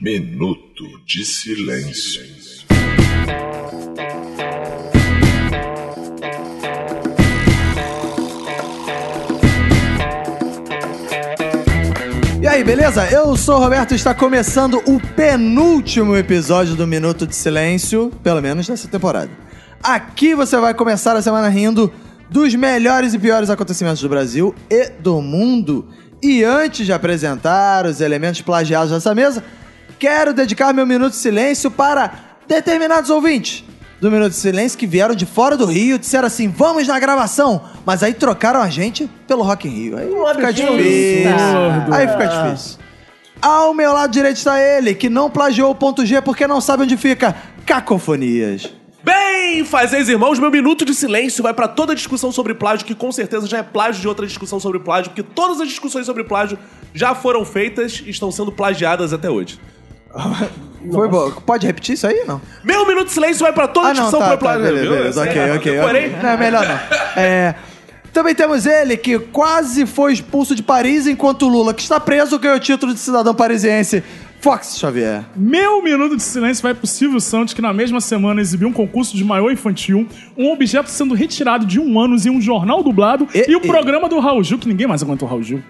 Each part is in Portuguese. Minuto de Silêncio. E aí, beleza? Eu sou o Roberto e está começando o penúltimo episódio do Minuto de Silêncio, pelo menos dessa temporada. Aqui você vai começar a semana rindo dos melhores e piores acontecimentos do Brasil e do mundo. E antes de apresentar os elementos plagiados dessa mesa, quero dedicar meu Minuto de Silêncio para determinados ouvintes do Minuto de Silêncio que vieram de fora do Rio, disseram assim, vamos na gravação, mas aí trocaram a gente pelo Rock in Rio. Aí fica difícil. Aí fica difícil. Ao meu lado direito está ele, que não plagiou o ponto G porque não sabe onde fica. Cacofonias. Bem, fazeis irmãos, meu minuto de silêncio vai pra toda discussão sobre plágio, que com certeza já é plágio de outra discussão sobre plágio, porque todas as discussões sobre plágio já foram feitas e estão sendo plagiadas até hoje. Foi bom. Pode repetir isso aí? Não. Meu minuto de silêncio vai pra toda Ah, não, discussão tá, sobre tá, plágio. beleza, viu? beleza, Eu ok, sei, ok, eu ok. parei. Não, é melhor não. É, também temos ele, que quase foi expulso de Paris, enquanto o Lula, que está preso, ganhou o título de cidadão parisiense. Fox Xavier. Meu minuto de silêncio vai pro Silvio Santos, que na mesma semana exibiu um concurso de maiô infantil, um objeto sendo retirado de um ânus em um jornal dublado E- e, o e- programa do Raul Gil, que ninguém mais aguentou o Raul Gil.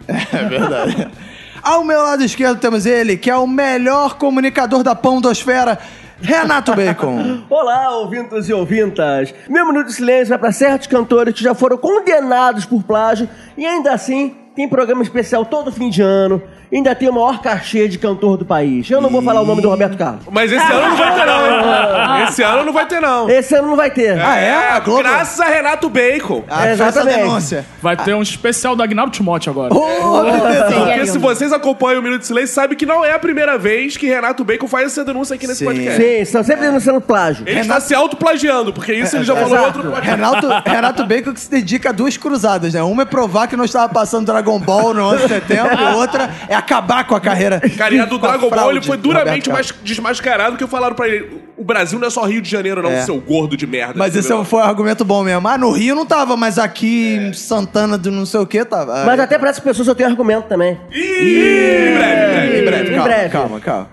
Ao meu lado esquerdo temos ele, que é o melhor comunicador da Pondosfera, Renato Bacon. Olá, ouvintos e ouvintas! Meu minuto de silêncio vai para certos cantores que já foram condenados por plágio e ainda assim tem programa especial todo fim de ano, ainda tem o maior cachê de cantor do país. Eu não vou falar o nome do Roberto Carlos. Mas esse ano não vai ter, não, hein? Esse ano não vai ter, não. Esse ano não vai ter. Ah, é? A Globo? Graças a Renato Bacon. Ah, É, essa exatamente. denúncia. Vai ter um especial do Agnaldo Timóteo agora. Oh, meu Deus. Porque se vocês acompanham o Minuto de Silêncio, sabe que não é a primeira vez que Renato Bacon faz essa denúncia aqui nesse Sim. podcast. Sim, estão sempre denunciando plágio. Ele está se autoplagiando, porque isso ele já É, falou em Exato. outro podcast. Renato, Renato Bacon que se dedica a duas cruzadas, né? Uma é provar que não estava passando Dragon Ball no 11 de setembro, e outra é acabar com a carreira. Cara, e a do com a Dragon Ball, ele fraude foi do duramente Roberto mais desmascarado que falaram pra ele. O Brasil não é só Rio de Janeiro, não, É. seu gordo de merda. Mas esse é um- entendeu? É. foi um argumento bom mesmo. Ah, no Rio não tava, mas aqui em Santana do não sei o que tava. Mas Ah, até para essas pessoas eu tenho argumento também. Ih, em breve, em breve. É, em breve, em calma, breve. calma, calma.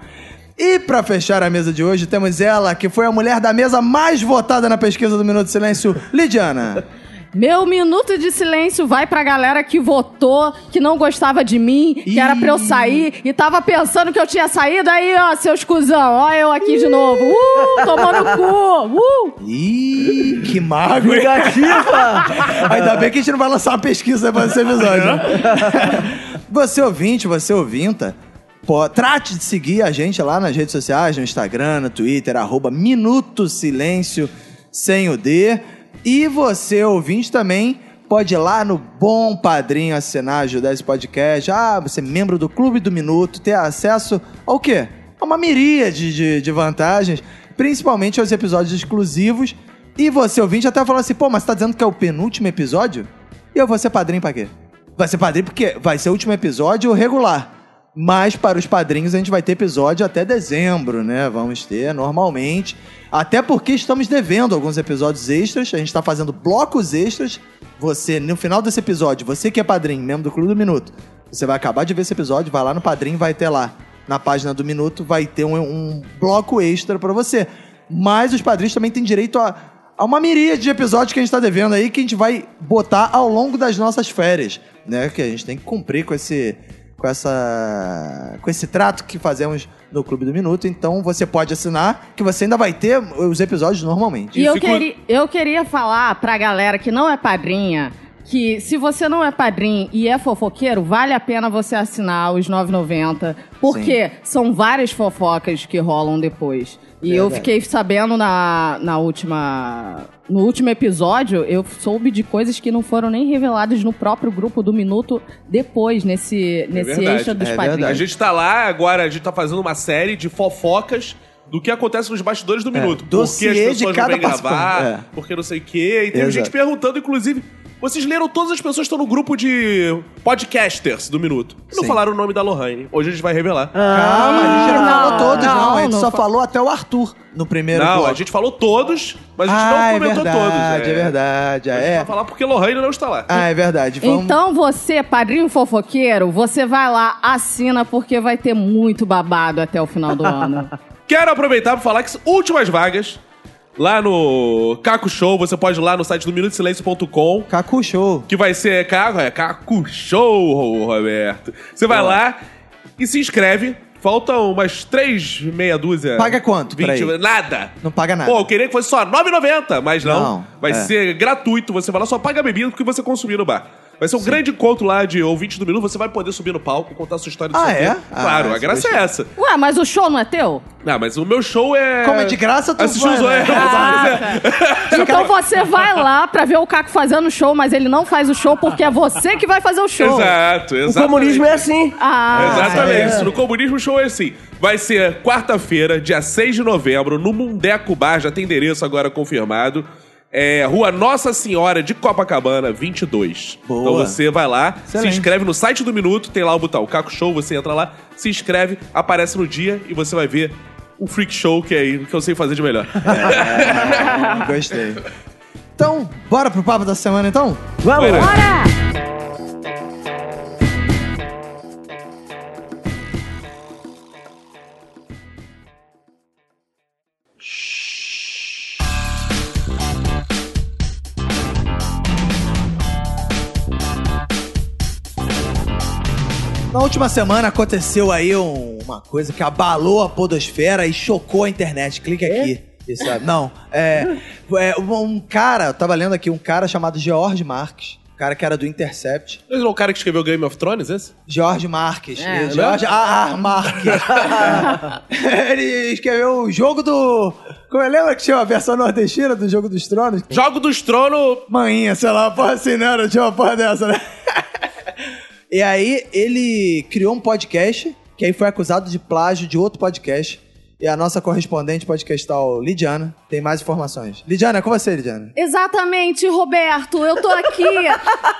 E pra fechar a mesa de hoje, temos ela, que foi a mulher da mesa mais votada na pesquisa do Minuto de Silêncio, Lidiana. Meu minuto de silêncio vai pra galera que votou, que não gostava de mim, que era pra eu sair e tava pensando que eu tinha saído. Aí, ó, seus cuzão, ó, eu aqui de novo. Uh, tomando cu. Uh. Ih, que mago, hein? Negativa! Ainda bem que a gente não vai lançar uma pesquisa para esse episódio. né? você ouvinte, você ouvinta, pô, trate de seguir a gente lá nas redes sociais, no Instagram, no Twitter, arroba Minuto Silêncio sem o D. E você, ouvinte, também pode ir lá no Bom Padrinho assinar, ajudar esse podcast. Ah, você é membro do Clube do Minuto, ter acesso ao quê? A uma miríade de, de vantagens, principalmente aos episódios exclusivos. E você, ouvinte, até falou assim, pô, mas você tá dizendo que é o penúltimo episódio? E eu vou ser padrinho pra quê? Vai ser padrinho porque vai ser o último episódio regular. Mas para os padrinhos a gente vai ter episódio até dezembro, né? Vamos ter normalmente. Até porque estamos devendo alguns episódios extras, a gente tá fazendo blocos extras. Você, no final desse episódio, você que é padrinho, membro do Clube do Minuto, você vai acabar de ver esse episódio, vai lá no padrinho, vai ter lá na página do Minuto, vai ter um, um bloco extra pra você. Mas os padrinhos também têm direito a, a uma miríade de episódios que a gente tá devendo aí, que a gente vai botar ao longo das nossas férias, né? Que a gente tem que cumprir com esse, com essa, com esse trato que fazemos no Clube do Minuto. Então você pode assinar, que você ainda vai ter os episódios normalmente. E eu, ficou- queri- eu queria falar pra galera que não é padrinha. Que se você não é padrinho e é fofoqueiro, vale a pena você assinar os 9,90. Porque são várias fofocas que rolam depois. E eu fiquei sabendo na, na última. No último episódio, eu soube de coisas que não foram nem reveladas no próprio grupo do Minuto depois, nesse, nesse verdade. extra dos É padrinhos. A verdade. gente tá lá agora, a gente tá fazendo uma série de fofocas do que acontece nos bastidores do Minuto. Porque as É, dossiê de pessoas não cada vêm gravar, participante, é. porque não sei o quê. E tem Exato. gente perguntando, inclusive, Vocês leram todas as pessoas que estão no grupo de podcasters do Minuto. E não Sim. Ah, falaram o nome da Lohane. Hoje a gente vai revelar. Calma, a gente não, não, falou todos, não. não, A gente não só fa- falou até o Arthur no primeiro não, bloco. a gente falou todos, mas a gente ah, não comentou é todos. verdade, É verdade, A ah, gente vai é. falar porque Lohane não está lá. Ah, é verdade. Vamos... Então você, padrinho fofoqueiro, você vai lá, assina, porque vai ter muito babado até o final do ano. Quero aproveitar para falar que as últimas vagas lá no Caco Show, você pode ir lá no site do minutosilencio.com. Cacu Show. que vai ser Caco, é Caco Show, Roberto. Você vai lá e se inscreve. Faltam umas três, meia dúzia. Paga quanto pra 20, ir? nada. Não paga nada. Pô, eu queria que fosse só R$ 9,90, mas não. Não, vai é. ser gratuito. Você vai lá, só paga a bebida porque você consumir no bar. Vai ser um grande encontro lá de ouvintes do Minuto. Você vai poder subir no palco, contar sua história do Ah, seu é? dia. Claro, Ah, a graça é poxa. essa. Ué, mas o show não é teu? Não, Ah, mas o meu show é... Como é de graça, tu Assistiu vai, os né? é, Então você vai lá pra ver o Caco fazendo o show, mas ele não faz o show porque é você que vai fazer o show. Exato, O exato. comunismo é assim. Ah, Exatamente. No comunismo, o show é assim. Vai ser quarta-feira, dia 6 de novembro, no Mundeco Bar. Já tem endereço agora confirmado. É Rua Nossa Senhora de Copacabana, 22. Boa. Então você vai lá, Excelente. se inscreve no site do Minuto, tem lá o botão Caco Show, você entra lá, se inscreve, aparece no dia e você vai ver o freak show que é aí, que eu sei fazer de melhor. Ah, Gostei. Então, bora pro papo da semana, então? Vamos. Bora. Bora! Na última semana aconteceu aí um- uma coisa que abalou a podosfera e chocou a internet. Clica aqui. Isso, é- não. É, é, um, um cara, eu tava lendo aqui, um cara chamado George Marques. Um cara que era do Intercept. Esse não é o cara que escreveu Game of Thrones, esse? George Marques. É, isso, George A. A. Marques. Ele escreveu o jogo do... Como é, lembra que tinha uma versão nordestina do Jogo dos Tronos? Jogo dos Tronos... Maninha, sei lá, uma porra assim, né? Não tinha uma porra dessa, né? e aí, ele criou um podcast, que aí foi acusado de plágio de outro podcast. E a nossa correspondente podcastal, Lidiana, tem mais informações. Lidiana, é com você, Lidiana. Exatamente, Roberto. Eu tô aqui,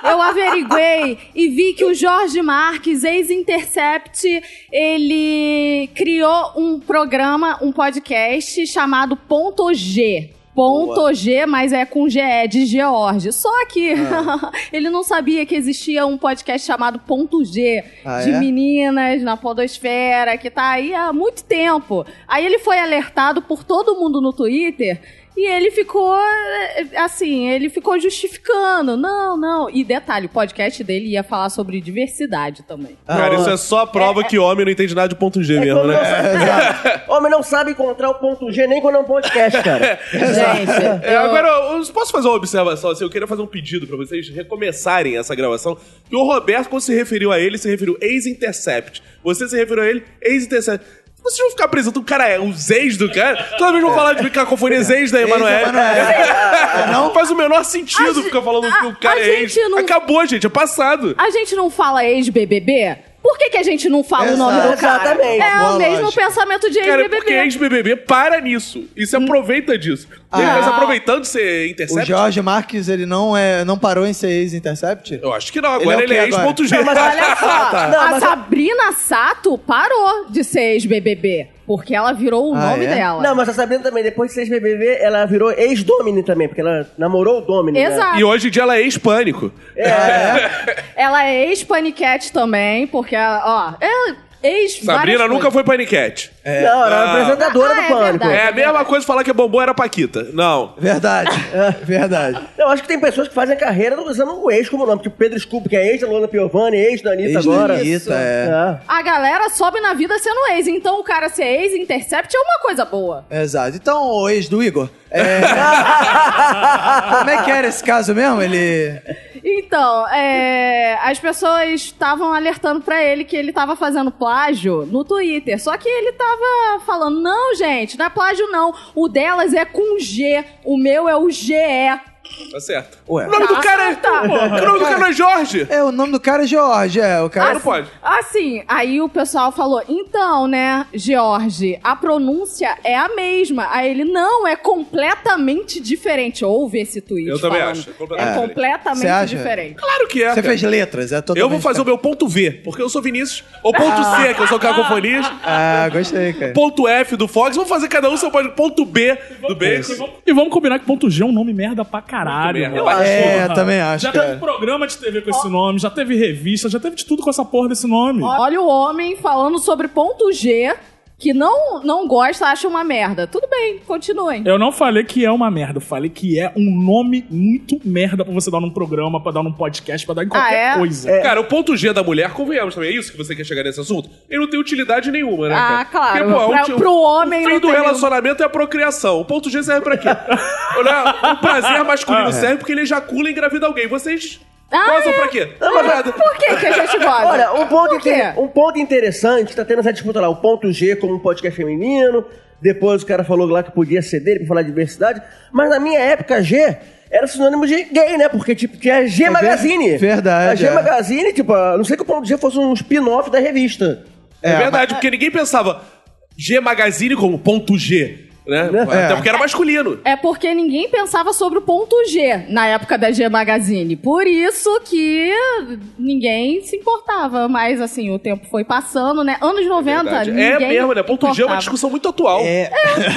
eu averiguei e vi que o Jorge Marques, ex-Intercept, ele criou um programa, um podcast chamado Ponto G. Ponto G, mas é com GE, de George. Só que Ah. ele não sabia que existia um podcast chamado Ponto G, Ah, de é? meninas na podosfera, que tá aí há muito tempo. Aí ele foi alertado por todo mundo no Twitter e ele ficou, eh, assim, ele ficou justificando. Não, não. E detalhe, o podcast dele ia falar sobre diversidade também. Cara, isso é só a prova que homem não entende nada de ponto G É mesmo, quando né? não sabe- Homem não sabe encontrar o ponto G nem quando é um podcast, cara. Gente, É, eu- Agora, eu posso fazer uma observação? Assim, eu queria fazer um pedido pra vocês recomeçarem essa gravação. Que o Roberto, quando se referiu a ele, se referiu ex-intercept. Você se referiu a ele, ex-intercept. Vocês vão ficar apresentando o cara, é, os ex do cara? Toda vez vão falar de cacofonias ex da Emanuele. Emanuele. Não faz o menor sentido A ficar gen- falando que a- o cara a é ex. gente não- Acabou, gente, é passado. a gente não fala ex-BBB? Por que, que a gente não fala Ah, o nome do cara? Exatamente. É Boa o mesmo lógica. pensamento de Cara, é porque ex-BBB. ex-BBB para nisso. E Hum. se aproveita disso. Ele tá se aproveitando de ser O intercept? George Marques, ele não, é, não parou em ser ex-Intercept? Eu acho que não. Agora Ele ele é o é, Tá. quê agora? ex.g. Não, mas Olha só, Não, a mas- é- Sabrina Sato parou de ser ex-BBB, porque ela virou o Ah, nome é? dela. Não, mas a Sabrina também, depois de ser BBB, ela virou ex-Domini também, porque ela namorou o Domini. né? Exato. E hoje em dia ela é ex-pânico. Ela é ex-paniquete também, porque, ó, é ex Sabrina várias nunca coisas. foi paniquete. É, Não, ela era Ah. apresentadora Ah, do é Pânico. verdade. a mesma coisa falar que a bombom era Paquita. Não. Verdade, verdade. Eu acho que tem pessoas que fazem a carreira usando o ex como nome. Tipo Pedro Scooby, que é ex da Luana Piovani, ex da Anitta Ex da agora. Anitta, é. A galera sobe na vida sendo ex, então o cara ser ex-intercept é uma coisa boa. Exato. Então, o ex do Igor, é, É. como é que era esse caso mesmo? Ele... Então, é, as pessoas estavam alertando pra ele que ele tava fazendo plágio no Twitter. Só que ele tava falando: não, gente, não é plágio, não. O delas é com G, o meu é o GE. Tá certo. Ué. O nome do cara é. Tá. Pô, o nome do cara não é Jorge. Ah, É, o nome do cara é Jorge, é. O cara não pode. Assim, aí o pessoal falou: Então, né, George, a pronúncia é a mesma. Aí ele, não, é completamente diferente. Houve esse tweet. Eu também falando. acho, é É completamente Você completamente acha? diferente. Claro que é. Você cara. fez letras, é totalmente... Eu vou fazer o meu ponto V, porque eu sou Vinícius. Ou ponto C, que eu sou Cacofonias. Ah, gostei, cara. Ponto F do Fox. Vou fazer cada um seu ponto- ponto B do Bacon. E vamos combinar que Ponto G é um nome merda pra caralho. Merda. mano. É, Porra. eu também acho, Já cara. teve programa de TV com esse nome, já teve revista, já teve de tudo com essa porra desse nome. Olha o homem falando sobre ponto G, que não, não gosta, acha uma merda. Tudo bem, continuem. Eu não falei que é uma merda, eu falei que é um nome muito merda pra você dar num programa, pra dar num podcast, pra dar em qualquer Ah, é? coisa. Cara, o ponto G da mulher, convenhamos também, é isso que você quer chegar nesse assunto? Ele não tem utilidade nenhuma, né? cara? Ah, claro. Porque, pô, Pra- o, pro homem O um fim não do tem relacionamento é a procriação. O ponto G serve pra quê? Olha, o prazer masculino serve porque ele ejacula e engravida alguém. Vocês Ah, gozam é? pra quê? Por- Por que, que a gente gosta? Olha, um ponto, Por quê? inter- um ponto interessante que tá tendo essa disputa lá, o ponto G como um podcast feminino, depois o cara falou lá que podia ser dele pra falar de diversidade, mas na minha época G era sinônimo de gay, né? Porque tipo, tinha G Magazine. verdade, A G é. Magazine, tipo, a não sei que o ponto G fosse um spin-off da revista. É, verdade, porque ninguém pensava G Magazine como ponto G, né? Até porque era masculino. É porque ninguém pensava sobre o ponto G na época da G Magazine. Por isso que ninguém se importava. Mas, assim, o tempo foi passando, né? Anos 90, Verdade. ninguém É mesmo, né? Ponto G é uma importava. discussão muito atual. É,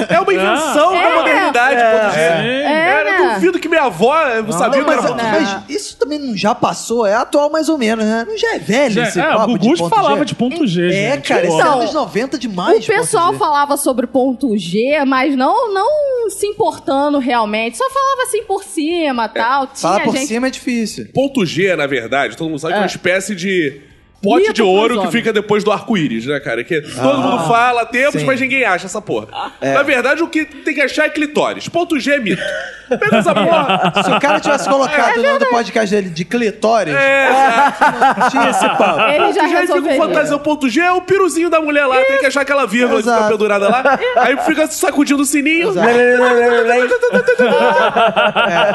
É uma invenção É. da modernidade, ponto G. Cara, eu né? duvido que minha avó eh, Não, sabia o que era mas, é, ponto G. mas isso também não já passou, é atual mais ou menos, né? Não já é velho Já- esse é, o papo de Gugus ponto falava G? de ponto G. É, gente. cara, isso é Porra. anos 90 demais. Então, O pessoal ponto G. falava sobre ponto G, mas não, não se importando realmente. Só falava assim por É, cima tal. Tinha Falar por assim, gente. cima é difícil. Ponto G, na verdade, todo mundo sabe que é uma espécie de pote Mito de ouro pros que homens. fica depois do arco-íris, né, cara? Que todo mundo fala há tempos, Ah, sim. É. mas ninguém acha essa porra. Na verdade, o que tem que achar é clitóris. Ponto G é mito. Pega essa porra. Se o cara tivesse É colocado o nome do podcast dele de clitóris, É, exato. tinha esse papo. Ele Ponto G, aí já fica um resolveu. fantasia. O ponto G é o piruzinho da mulher lá, tem que achar aquela vírgula que Exato. fica pendurada lá. Aí fica sacudindo o sininho. Exato.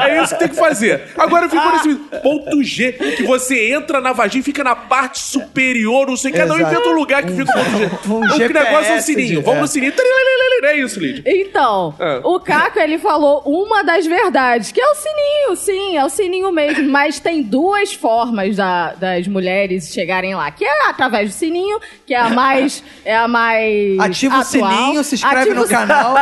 É isso que tem que fazer. Agora eu Ah. fico nesse ponto G, que você entra na vagina e fica na parte superior, não sei o que. Cada um Exato. inventa um lugar que fica o ponto G. um o GPS negócio é um sininho. de- Vamos é. no sininho. Trililililil. É isso, Lid. Então, Ah. o Caco, ele falou uma das verdades, que é o sininho, sim, é o sininho mesmo. Mas tem duas formas da- das mulheres chegarem lá, que é através do sininho, que é a mais... É a mais Ativa o atual. sininho, se inscreve Ativa no o- canal.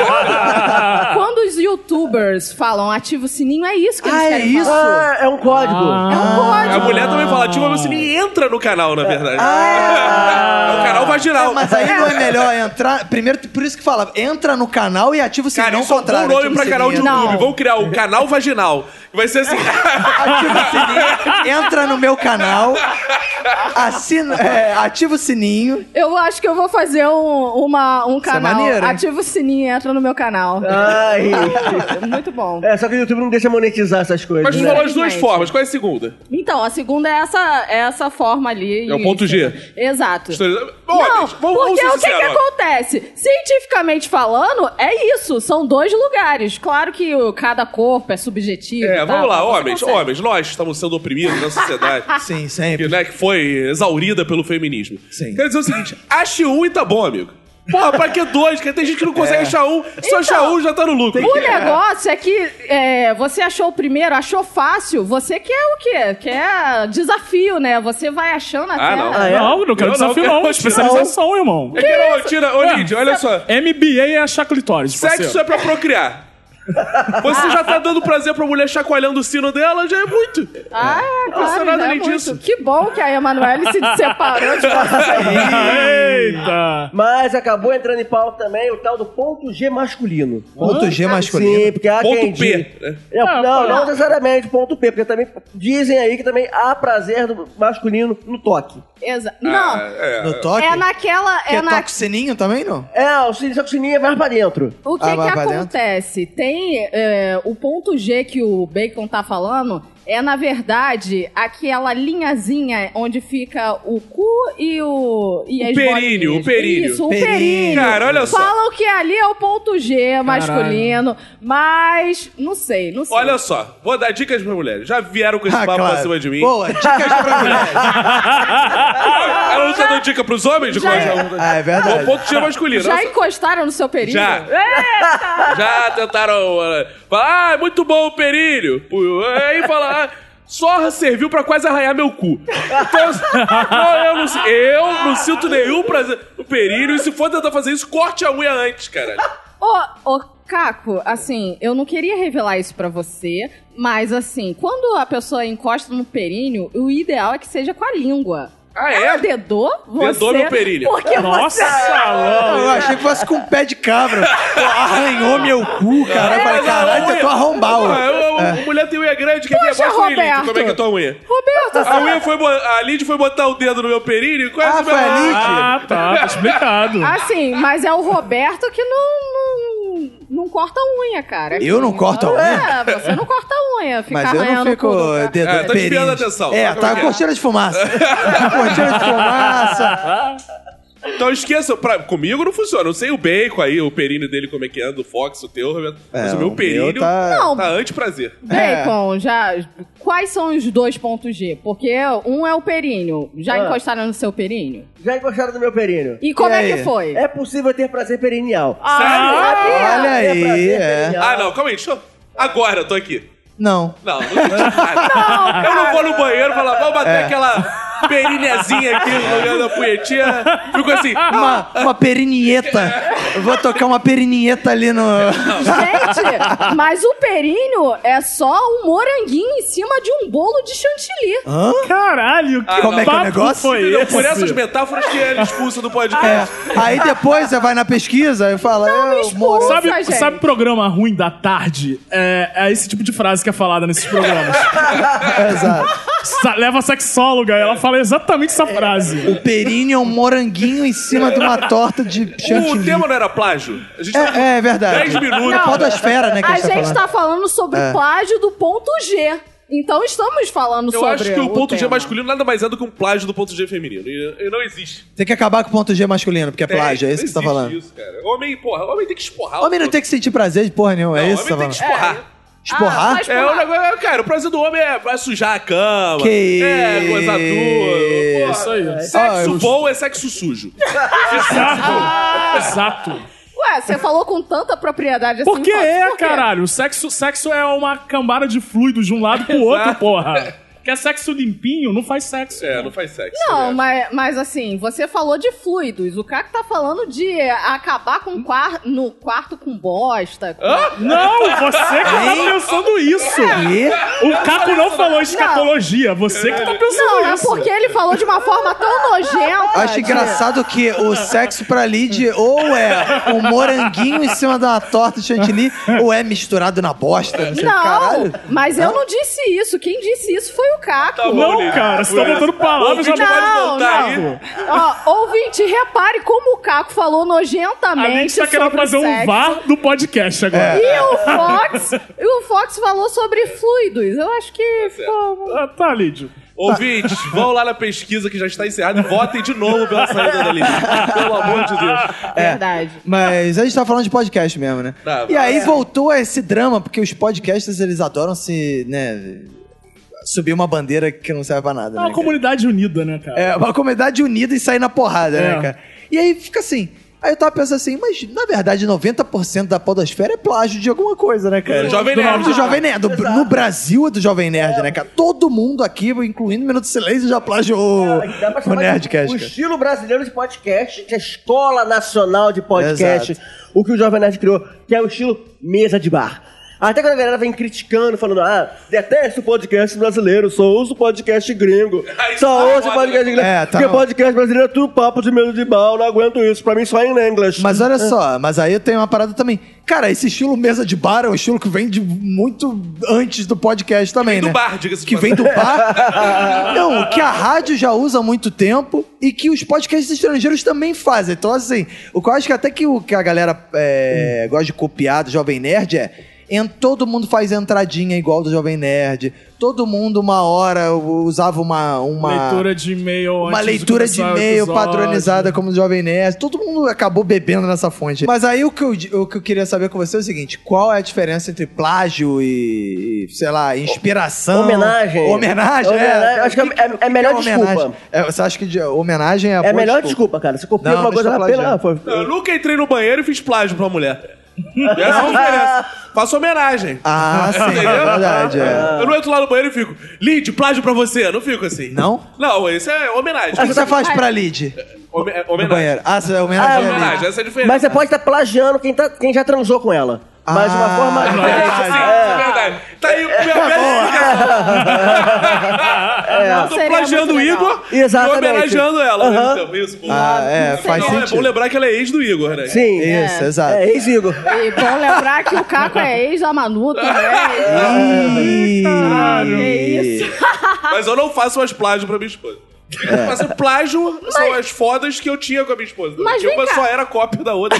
Quando, quando os youtubers falam ativa o sininho, é isso que eles Ah, é querem isso? Ah. falar. Ah, é um código. É um código. A mulher também fala, ativa meu sininho e entra no canal, na verdade. é o canal vaginal. É, mas aí não é melhor entrar. Primeiro, por isso que falava, entra no canal e ativa o sininho. Cara, não isso é um bom contrário, nome ativa o pra canal de sininho. YouTube. Não. Vamos criar o canal vaginal. Que Vai ser assim. Ativa o sininho, entra no meu canal, assina, é, ativa o sininho. Eu acho que eu vou fazer um, uma, um é canal. maneiro, hein? Ah. ativa o sininho e entra no meu canal. Ai. Muito bom. É, só que o YouTube não deixa monetizar essas coisas. Mas tu né? falou as duas Infelizmente. formas. Qual é a segunda? Então, a segunda é essa, é essa forma ali. É o ponto G. Exato. História- Não, Homens, vamos, vamos porque ser o que, que sinceros. agora. acontece? Cientificamente falando, é isso. São dois lugares. Claro que o- cada corpo é subjetivo. É, e tal, vamos lá, mas você homens, consegue. homens, nós estamos sendo oprimidos na sociedade. Sim, que, sempre. né, que foi exaurida pelo feminismo. Sim. Quero dizer o seguinte: ache um e tá bom, amigo. Porra, pra que dois? Porque tem gente que não consegue É. achar um, só Então, achar um já tá no lucro. O negócio é que é, você achou o primeiro, achou fácil. Você quer o quê? Quer desafio, né? Você vai achando até. não. Ah, é? Não, não quero Eu não desafio, quero não. tirar. Especialização, irmão. É que não, tira, ô Lídia, olha só. MBA é achar clitóris. Sexo é pra procriar. Você já tá dando prazer pra mulher chacoalhando o sino dela, já é muito. Tá Ah, é, claro, nada né? além Muito. disso. Que bom que a Emanuele se separou de você. Tá. Eita! Mas acabou entrando em pauta também o tal do ponto G masculino. Ponto G masculino. Sim, porque há Ponto quem P, diga- né? Não, Ah, não, não pô, não. necessariamente ponto P, porque também dizem aí que também há prazer do masculino no toque. Exa- Ah. Não, É, No toque? é naquela. Porque É na... toca o sininho também, não? É, o sininho, só que o sininho é mais pra dentro. O que, Ah, que vai pra acontece? Tem é, o ponto G que o Bacon tá falando é, na verdade, aquela linhazinha onde fica o cu e o, e O as períneo, bolinhas. o períneo. Isso, o Períneo. períneo. é. Cara, olha só. Falam que ali é o ponto G masculino, mas não sei, não sei. Olha só, vou dar dicas pra mulheres. Já vieram com esse Ah, papo claro. pra cima de mim. Boa, dicas pra mulheres. Ah, Ela não tá dando dica pros homens? Já- Nicolas? Ah, é Bom, verdade. ponto tinha masculino. Já Olha só. encostaram no seu períneo? Já. É, Já tentaram ah, falar, ah, é muito bom o perilho. Pô, Aí fala, ah, sorra serviu pra quase arranhar meu cu. Então, não, eu, não, si- eu não sinto nenhum prazer no perilho. E se for tentar fazer isso, corte a unha antes, cara. Ô, ô, Caco, assim, eu não queria revelar isso pra você, mas assim, quando a pessoa encosta no períneo, o ideal é que seja com a língua. Ah, Ela é? dedou você... Dedou meu períneo. Porque Nossa, Eu é. achei que fosse com um pé de cabra. Pô, Arranhou meu cu, cara. Eu É, falei, caralho, tentou arrombar. ó. Ah, eu- eu- mulher tem unha grande, quer ver? Poxa, Mostra o Lid, Roberto. como é que é a tua unha. Roberto, assim, A unha foi, bo- a Lid foi botar o dedo no meu períneo e quase... Ah, foi a Lid? Ah, tá. Tá explicado. assim, mas é o Roberto que não, não, não corta a unha, cara. Eu não corto a unha? É, você não corta a unha, fica Mas eu não arranhando o fico cu do cara. dedo Ah, tá desviando períneo. a atenção. É, Sabe como é tá que é? cortina de fumaça. cortina de fumaça. Então esqueça, pra, comigo não funciona. Eu sei o bacon aí, o períneo dele, como é que é, do Fox, o teu, Roberto. Mas É, o meu o períneo meu tá- É. Não. tá anti-prazer. Bacon, já. Quais são os dois pontos G? Porque um é o períneo. Já Ah. encostaram no seu períneo? Já encostaram do meu períneo. E como E é que aí? foi? Ah, É possível ter prazer perineal. Sabia? Olha aí, prazer é. perineal. Ah, não, calma aí, deixa eu... Agora, eu tô aqui. Não. Não, não entendi nada. Eu não vou no banheiro falar, vamos É. bater aquela perinezinha aqui no lugar da punhetinha. Ficou assim, Uma, uma perinieta. Eu vou tocar uma perinieta ali no... Gente, mas o períneo é só um moranguinho em cima de um bolo de chantilly. Hã? Caralho, que Como é que é o papo negócio? foi entendeu? esse? Por essas metáforas que ele expulsa do É. podcast. Aí depois você vai na pesquisa e fala... eu expulsa, moro- Sabe, gente. sabe programa ruim da tarde? É, é esse tipo de frase que é falada nesses programas. É, Exato. Sa- leva a sexóloga, ela fala exatamente essa frase. O períneo é um moranguinho em cima de uma torta de chantilly. O tema não era plágio? A gente tá- É, é verdade. 10 minutos. É podosfera, né, que A gente tá gente falando. tá falando sobre É. plágio do ponto G. Então estamos falando Eu sobre acho que o ponto G tema. masculino nada mais é do que um plágio do ponto G feminino. E, e não existe. Tem que acabar com o ponto G masculino, porque é Tem, plágio, é não isso que você tá existe falando. Isso, cara. Homem, porra, homem tem que esporrar. Homem não outro. tem que sentir prazer de porra nenhuma, é Não, isso que você tá Homem tem que falando? esporrar. Esporrar? Ah, mas- É, o negócio, cara, o prazer do homem é, é sujar a cama. Que É, gozar tudo. isso Porra, aí. Ah, Sexo eu- bom é sexo sujo. Exato. Exato. Ué, você falou com tanta propriedade assim. Porque Fox, é, por quê? caralho. Sexo, sexo é uma cambada de fluidos de um lado pro outro, porra. Quer sexo limpinho? Não faz sexo. É, não faz sexo. Não, né? mas, mas assim, você falou de fluidos. O Caco tá falando de acabar com quar no quarto com bosta. com- Ah, Não, você que tá Hein? pensando isso. E? O Caco não falou escatologia, você que tá pensando Não, é isso. porque ele falou de uma forma tão nojenta. Acho de- engraçado que o sexo pra Lid ou é um moranguinho em cima de uma torta de chantilly, ou é misturado na bosta. Não, sei, Não, caralho. mas eu não disse isso. Quem disse isso foi o Caco. Tá bom, Não, Lívia. cara, você tá Foi botando essa. palavras Ouvinte, na pode boca. voltar Não, aí. Ó, ouvinte, repare como o Caco falou A nojentamente. gente tá querendo sobre fazer um sexo. VAR do podcast agora. E o Fox, e o Fox falou sobre fluidos. Eu acho que ficou. Ah, tá, Lídio. Ouvintes, vão lá na pesquisa que já está encerrada e votem de novo pela saída da Lívia. Pelo amor de Deus. Verdade. Mas a gente tá falando de podcast mesmo, né? Tá, e aí voltou a esse drama, porque os podcasters, eles adoram se, né, subir uma bandeira que não serve pra nada, É uma né, cara? comunidade unida, né, cara? É, uma comunidade unida e sair na porrada, É. né, cara? E aí fica assim. Aí eu tava pensando assim, mas na verdade 90% da podosfera é plágio de alguma coisa, né, cara? Do Jovem Nerd. Do Jovem Nerd. Do- no Brasil é do Jovem Nerd, né, cara? Todo mundo aqui, incluindo o Minuto de Silêncio, já plagiou o- Dá pra o chamar de- Nerdcast, O cara. estilo brasileiro de podcast, que é a Escola Nacional de Podcast, o que o Jovem Nerd criou, que é o estilo mesa de bar. Até quando a galera vem criticando, falando, ah, detesto o podcast brasileiro, só uso podcast gringo. Ah, isso tá Só uso foda, podcast gringo. É, tá porque uma- podcast brasileiro é tudo papo de medo de mal, não aguento isso. Pra mim só é em inglês. Mas olha só, mas aí eu tenho uma parada também. Cara, esse estilo mesa de bar é um estilo que vem de muito antes do podcast também, do né? bar, diga-se de Que vem do bar. Não, que a rádio já usa há muito tempo e que os podcasts estrangeiros também fazem. Então, assim, o que eu acho que até que o que a galera é, gosta de copiar do Jovem Nerd é. En- todo mundo faz entradinha igual do Jovem Nerd. Todo mundo, uma hora, u- usava uma. uma Leitura de e-mail Uma antes leitura de começar o e-mail episódio. padronizada como do Jovem Nerd. Todo mundo acabou bebendo nessa fonte. Mas aí o que, eu, di- o que eu queria saber com você é o seguinte: qual é a diferença entre plágio e, e, sei lá, inspiração? Homenagem. Homenagem, Homenagem. é. Acho que é- é- é melhor homenagem? desculpa. É, você acha que de- homenagem é a É a boa melhor desculpa, cara. Você copia Não, uma deixa coisa lá eu plagiar. pela. foi- Eu nunca entrei no banheiro e fiz plágio pra mulher. Essa é a diferença. Faço homenagem. Ah, sim, é Entendeu? verdade. É. Eu não entro lá no banheiro e fico, Lid, plágio pra você. Eu não fico assim. Não? Não, isso é homenagem. O que você tá faz pra Lid? Home- é No homenagem. banheiro. Ah, você é homenagem. Ah, a é Lid. Homenagem, essa é a diferença. Mas você pode estar plagiando quem, tá- quem já transou com ela. Mas de uma Ah, forma. não, É, diferente. isso sim, É. isso é verdade. Tá aí minha bela explicação. É, Eu tô Seria plagiando muito o legal. Igor e Exatamente. homenageando ela. Aham. Então, isso, bom. Ah, é, faz Não, É sentido. bom lembrar que ela é ex do Igor, né? Sim. Isso, exato. É, ex-Igor. E bom lembrar que o Caco é ex da Manu também. Ih, Que isso. Mas eu não faço mais plágio pra minha esposa. O que É. Eu faço plágio são as fodas que eu tinha com a minha esposa. Mas Que vem uma cá. só era cópia da outra.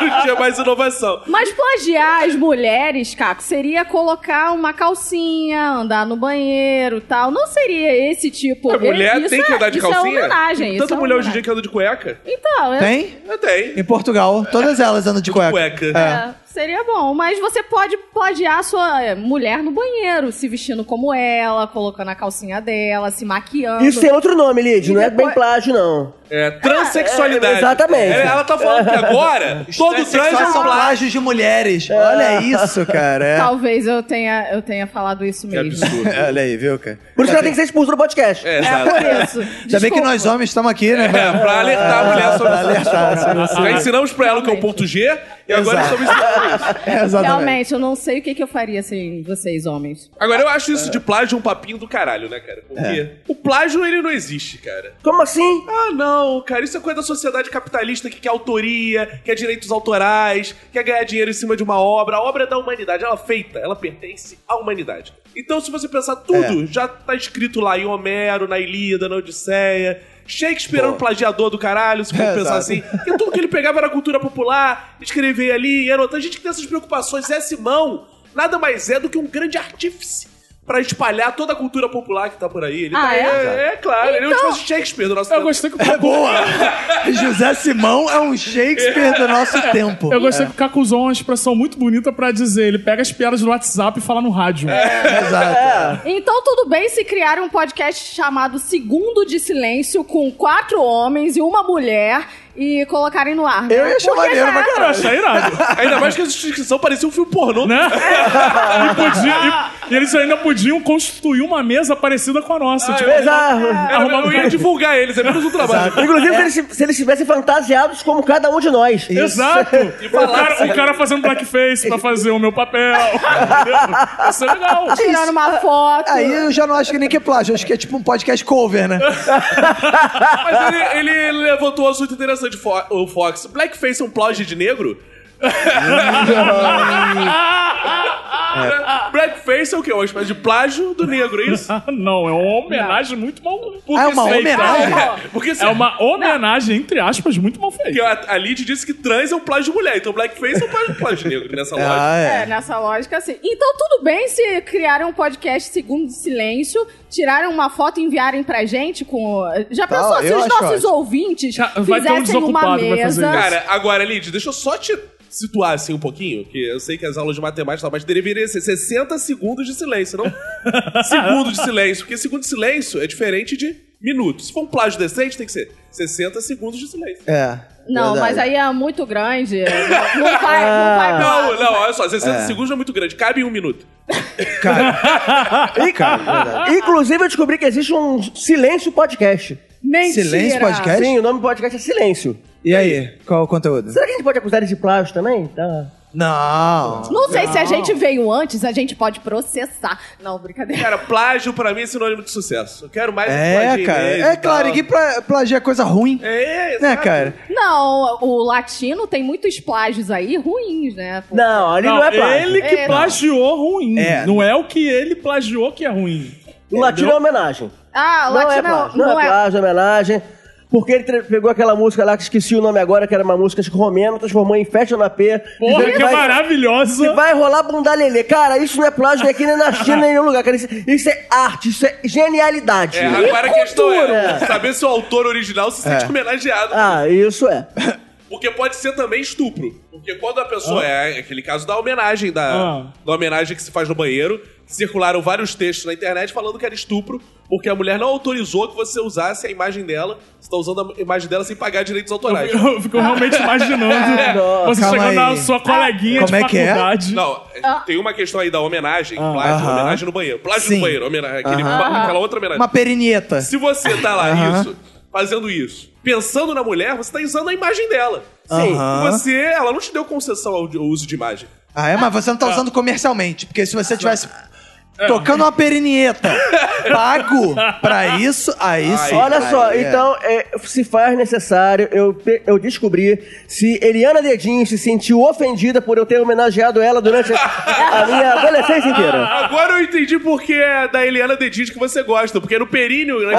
não tinha mais inovação. Mas plagiar as mulheres, Caco, seria colocar uma calcinha, andar no banheiro e tal. Não seria esse tipo. A mulher Isso tem que é- andar de isso calcinha. É homenagem. Tem isso Tanta é mulher hoje em dia homenagem. que anda de cueca. Então, é- Tem? Eu tenho. Em Portugal, todas elas andam de cueca. Cueca. é, seria bom. Mas você pode plagiar sua é, mulher no banheiro, se vestindo como ela, colocando a calcinha dela, se maquiando. Isso tem outro nome, Lid. E Não é depois- bem plágio, não. É, transexualidade. É, exatamente. É, Ela tá falando que agora todo Transexuais trans é um são plágio. plágios de mulheres. É. Olha isso, cara. é. Talvez eu tenha, eu tenha falado isso Que mesmo. absurdo. Olha aí, viu, cara? Por isso que ela tem que ser expulsa do podcast. É, É exato. por Ainda isso. bem que Desculpa. nós homens estamos aqui, né? É, pra alertar a mulher sobre alertar, sobre isso. Já ensinamos pra ela o que é um ponto G e agora Exato. estamos ensinando isso. É, Exatamente. Realmente, eu não sei o que, que eu faria sem vocês, homens. Agora, eu acho isso de plágio um papinho do caralho, né, cara? Porque o plágio, ele não existe, cara. Como assim? Ah, não, cara, isso é coisa da sociedade capitalista que quer autoria, quer direitos autorais, quer ganhar dinheiro em cima de uma obra. A obra é da humanidade, ela é feita, ela pertence à humanidade. Então, se você pensar, tudo já tá escrito lá em Homero, na Ilíada, na Odisseia. Shakespeare era um plagiador do caralho, se for É, pensar exato. assim. Porque tudo que ele pegava era cultura popular, escrevia ali, e anotava. A gente que tem essas preocupações, Zé Simão nada mais é do que um grande artífice pra espalhar toda a cultura popular que tá por aí. Ele Ah, tá- é? é? é claro, ele é o Então- tipo Shakespeare do nosso Eu tempo. gostei que o É Caco, boa! José Simão é um Shakespeare do nosso tempo. eu gostei que o Caco usou uma expressão muito bonita pra dizer. Ele pega as piadas do WhatsApp e fala no rádio. Exato. Então, tudo bem se criar um podcast chamado Segundo de Silêncio, com quatro homens e uma mulher, e colocarem no ar. né? Eu ia achar Porque maneiro já pra é- Cara, eu achei irado. Ainda mais que essa descrição parecia um filme pornô. né? e, podia- e- e eles ainda podiam constituir uma mesa parecida com a Ah, nossa. é tipo, Exato. Era- eu ia divulgar eles, é menos um trabalho. Inclusive, se eles, se eles estivessem fantasiados como cada um de nós. Exato! O cara, assim. o cara fazendo blackface pra fazer o meu papel. entendeu? Isso é legal. Tirando uma foto. Aí eu já não acho que nem que é plágio, acho que é tipo um podcast cover, né? Mas ele, ele levantou um assunto interessante, Fo- o Fox. Blackface é um plágio de negro? Blackface é o quê? Uma espécie de plágio do negro, é isso? Ah, Não, é uma homenagem muito mal. Ah, é uma feita. homenagem? É, porque se- É uma homenagem, entre aspas, muito mal porque feita. a, a Lid disse que trans é um plágio de mulher, então blackface é um plágio, plágio de negro nessa loja. Ah, É, é. nessa lógica, assim. Então, tudo bem se criarem um podcast segundo de silêncio, tirarem uma foto e enviarem pra gente com. Já Tá, pensou se eu os acho nossos ótimo. ouvintes Ca- vai ter um fizessem uma desocupado que vai fazer mesa? isso. Cara, agora, Lid, deixa eu só te situar assim um pouquinho, que eu sei que as aulas de matemática e tal, mas deveria ser 60 segundos de silêncio, não? segundo de silêncio, porque segundo de silêncio é diferente de minuto. Se for um plágio decente, tem que ser 60 segundos de silêncio. É. não, verdade. Ah. mas aí é muito grande. Não vai, não vai. Não, não, olha só, 60 segundos não é muito grande, cabe em um minuto. E- é Inclusive, eu descobri que existe um silêncio podcast. Mentira. Silêncio podcast? Sim, o nome do podcast é Silêncio. E aí, qual o conteúdo? Será que a gente pode acusar eles de plágio também? Tá. Não. Não sei se a gente veio antes, a gente pode processar. Não, brincadeira. Cara, plágio pra mim é sinônimo de sucesso. Eu quero mais um É, plágio cara. mesmo É e claro, tal. que pra- plagiar é coisa ruim. É, Né, exato. cara? Não, o latino tem muitos plágios aí ruins, né? Pô. Não, ali não, é plágio. ele que É, não. plagiou ruim. É. Não é o que ele plagiou que é ruim. O latino é homenagem. Ah, o Não é latino plágio. Não, é plágio, é homenagem. Porque ele tre- pegou aquela música lá que esqueci o nome agora, que era uma música acho que romena, transformou em Festa na P. Porra, dizendo que vai- que maravilhosa! vai rolar bundalelê. Cara, isso não é plágio nem aqui, nem na China, nem em nenhum lugar. Cara, isso, isso é arte, isso é genialidade. É, agora a questão é Cultura. saber se o autor original se É. sente homenageado. Ah, isso é. Porque pode ser também estupro. Porque quando a pessoa. É aquele caso da homenagem, da, Ah. da homenagem que se faz no banheiro. Circularam vários textos na internet falando que era estupro, porque a mulher não autorizou que você usasse a imagem dela. Você tá usando a imagem dela sem pagar direitos autorais. Eu fico realmente imaginando você Calma chegando na aí. sua coleguinha Como de é que é? faculdade. Não, tem uma questão aí da homenagem, Ah. plágio, Aham. homenagem no banheiro. Plágio Sim. no banheiro, homenagem, aquele, aquela outra homenagem. Uma perineta. Se você tá lá Aham. isso, fazendo isso, pensando na mulher, você tá usando a imagem dela. Sim. E Você, ela não te deu concessão ao, ao uso de imagem. Ah, é? Mas você não tá usando comercialmente, porque se você tivesse É. tocando uma perinieta pago pra isso, aí Ai, sim. Olha aí só, é. então, é, se faz necessário, eu, pe- eu descobri se Eliana Dedinho se sentiu ofendida por eu ter homenageado ela durante a minha adolescência inteira. Ah, Agora eu entendi porque é da Eliana Dedinho que você gosta, porque no períneo... né?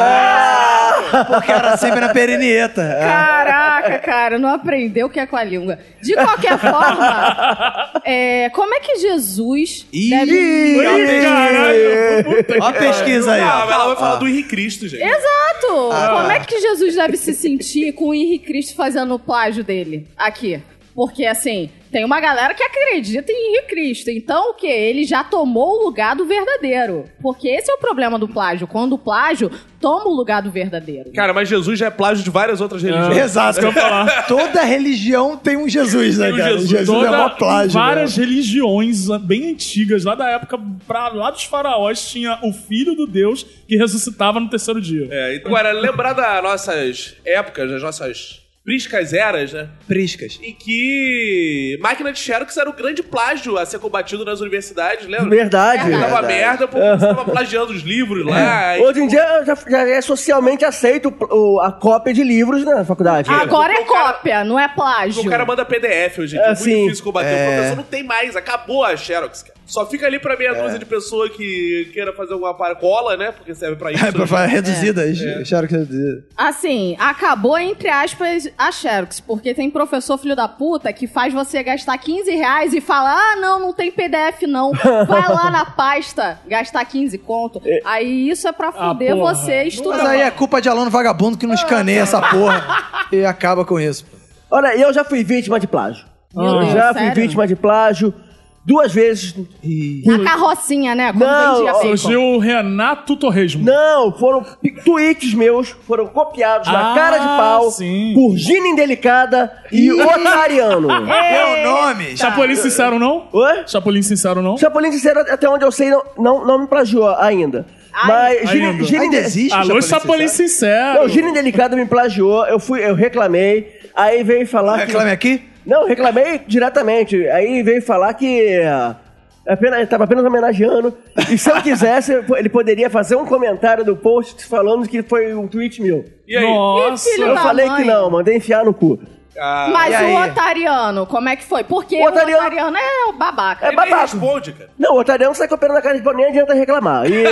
Porque era sempre na perinieta. É. Caraca, cara, não aprendeu o que é com a língua. De qualquer forma, é, como é que Jesus Ih, deve... Ih, caralho! Puta Ó a pesquisa aí. Ah, mas ó. ela vai falar do Henrique Cristo, gente. Exato! Como é que Jesus deve se sentir com o Henrique Cristo fazendo o plágio dele aqui? Porque, assim, tem uma galera que acredita em Henrique Cristo. Então, o quê? Ele já tomou o lugar do verdadeiro. Porque esse é o problema do plágio. Quando o plágio toma o lugar do verdadeiro. Cara, mas Jesus já é plágio de várias outras religiões. Exato. que eu ia falar. Toda religião tem um Jesus, né, Tem um cara? Jesus. Jesus, é Toda- uma plágio. várias religiões ah, bem antigas, lá da época, pra, lá dos faraós, tinha o filho do Deus que ressuscitava no terceiro dia. É, então, agora, lembrar das nossas épocas, das nossas priscas eras, né? Priscas. Em que máquina de xerox era o grande plágio a ser combatido nas universidades, lembra? Verdade. Que Tava merda porque você tava plagiando os livros lá. e- Hoje em dia já, já é socialmente aceito o- o- a cópia de livros na faculdade. Agora é o cara- cópia, não é plágio. O cara manda PDF hoje em dia. É, É, muito sim. difícil combater. É. O professor não tem mais. Acabou a Xerox, cara. Só fica ali pra É. meia dúzia de pessoa que queira fazer alguma par- cola, né? Porque serve pra isso. É, pra falar reduzidas. Acharam que reduzida. Assim, acabou, entre aspas, a Xerox, porque tem professor filho da puta que faz você gastar 15 reais e fala: ah, não, não tem PDF não. Vai lá na pasta gastar 15 conto. Aí isso é pra Ah, fuder porra. você Mas estudando. aí é culpa de aluno vagabundo que não escaneia essa porra e acaba com isso. Olha, eu já fui vítima de plágio. Meu eu Deus, já sério? fui vítima de plágio duas vezes. Ih. Na carrocinha, né? Quando Não, vendia ó, bacon. Surgiu o Renato Torresmo. Não, foram pi- tweets meus, foram copiados na Ah, cara de pau sim. por Gina Indelicada e Otariano. É. Meu nome! Chapolin sincero não? Oi? Chapolin sincero não? Chapolin, sincero, até onde eu sei, não, não, não me plagiou ainda. Mas Ainda. Gina, Gina, Ainda Inde- existe? Alô, o Chapolin sincero. não, Gina Indelicada me plagiou, eu fui, eu reclamei, aí veio falar que- Reclame aqui? Não, reclamei diretamente. Aí veio falar que ah, apenas, tava apenas homenageando. E se eu quisesse, eu po- ele poderia fazer um comentário do post falando que foi um tweet meu. E aí? Nossa. Ih, filho Eu da falei mãe. que não, mandei enfiar no cu. Ah, E Mas aí? o Otariano, como é que foi? Porque o O Otariano, Otariano- é o babaca. É ele nem babaca. responde, cara. Não, o Otariano sai copiando na cara de pau, nem adianta reclamar. E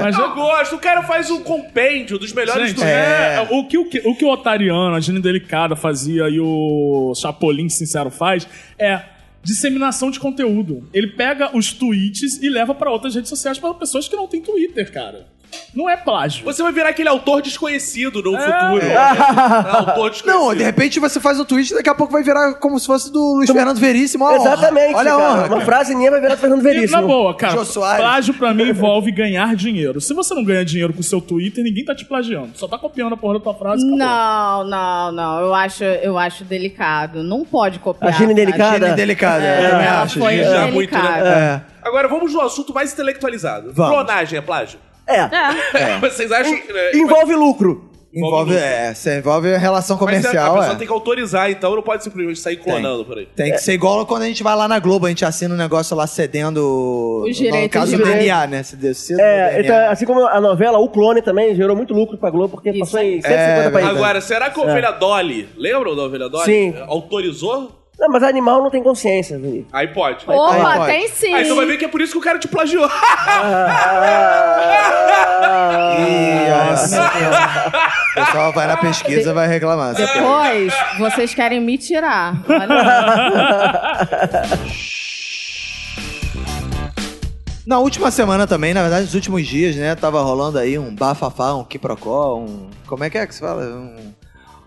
Mas é Eu gosto. O cara faz um compêndio dos melhores Gente, do é, o, que, o, que, o que o Otariano, a Gina Delicada fazia e o Chapolin Sincero faz é disseminação de conteúdo. Ele pega os tweets e leva pra outras redes sociais para pessoas que não têm Twitter, cara. Não é plágio. Você vai virar aquele autor desconhecido É. no futuro. Autor desconhecido. É. Não, de repente você faz o tweet e daqui a pouco vai virar como se fosse do Luiz Fernando Veríssimo. ó, exatamente, Olha a cara. honra. Uma frase minha vai virar do Fernando E, na Veríssimo. boa, cara, Jô Soares. plágio pra mim envolve ganhar dinheiro. Se você não ganha dinheiro com o seu Twitter, ninguém tá te plagiando. Só tá copiando a porra da tua frase. acabou. Não, não, não. Eu acho, eu acho delicado. Não pode copiar. A Gina cara. Indelicada. Gina delicada. É, eu também ela acho. foi Gina. Já muito, né? delicada. É. Agora vamos no assunto mais intelectualizado. Vamos. Clonagem é plágio? É. Vocês acham que... né, Envolve lucro. Envolve, é, você envolve a relação mas né, a comercial. pessoa é. tem que autorizar, então não pode simplesmente sair clonando por aí. Tem que ser igual quando a gente vai lá na Globo, a gente assina um negócio lá cedendo. Os direitos No caso, de o imagem. DNA, né? Se deu cedo, o É, DNA. então, assim como a novela O Clone também gerou muito lucro pra Globo, porque Isso. passou em É, 150 países. Agora, será que a ovelha Dolly, lembram da ovelha Dolly? né? Sim. Autorizou? Não, mas animal não tem consciência, Vinícius. Aí pode. Aí, Aí Opa, pode. tem sim. então vai ver que é por isso que o cara te plagiou. Ih, ó, esse- o pessoal vai na pesquisa e vai reclamar. sabe? Depois, vocês querem me tirar. Olha, Na última semana também, na verdade, nos últimos dias, né? Tava rolando aí um bafafá, um quiprocó, um. Como é que é que se fala? Um.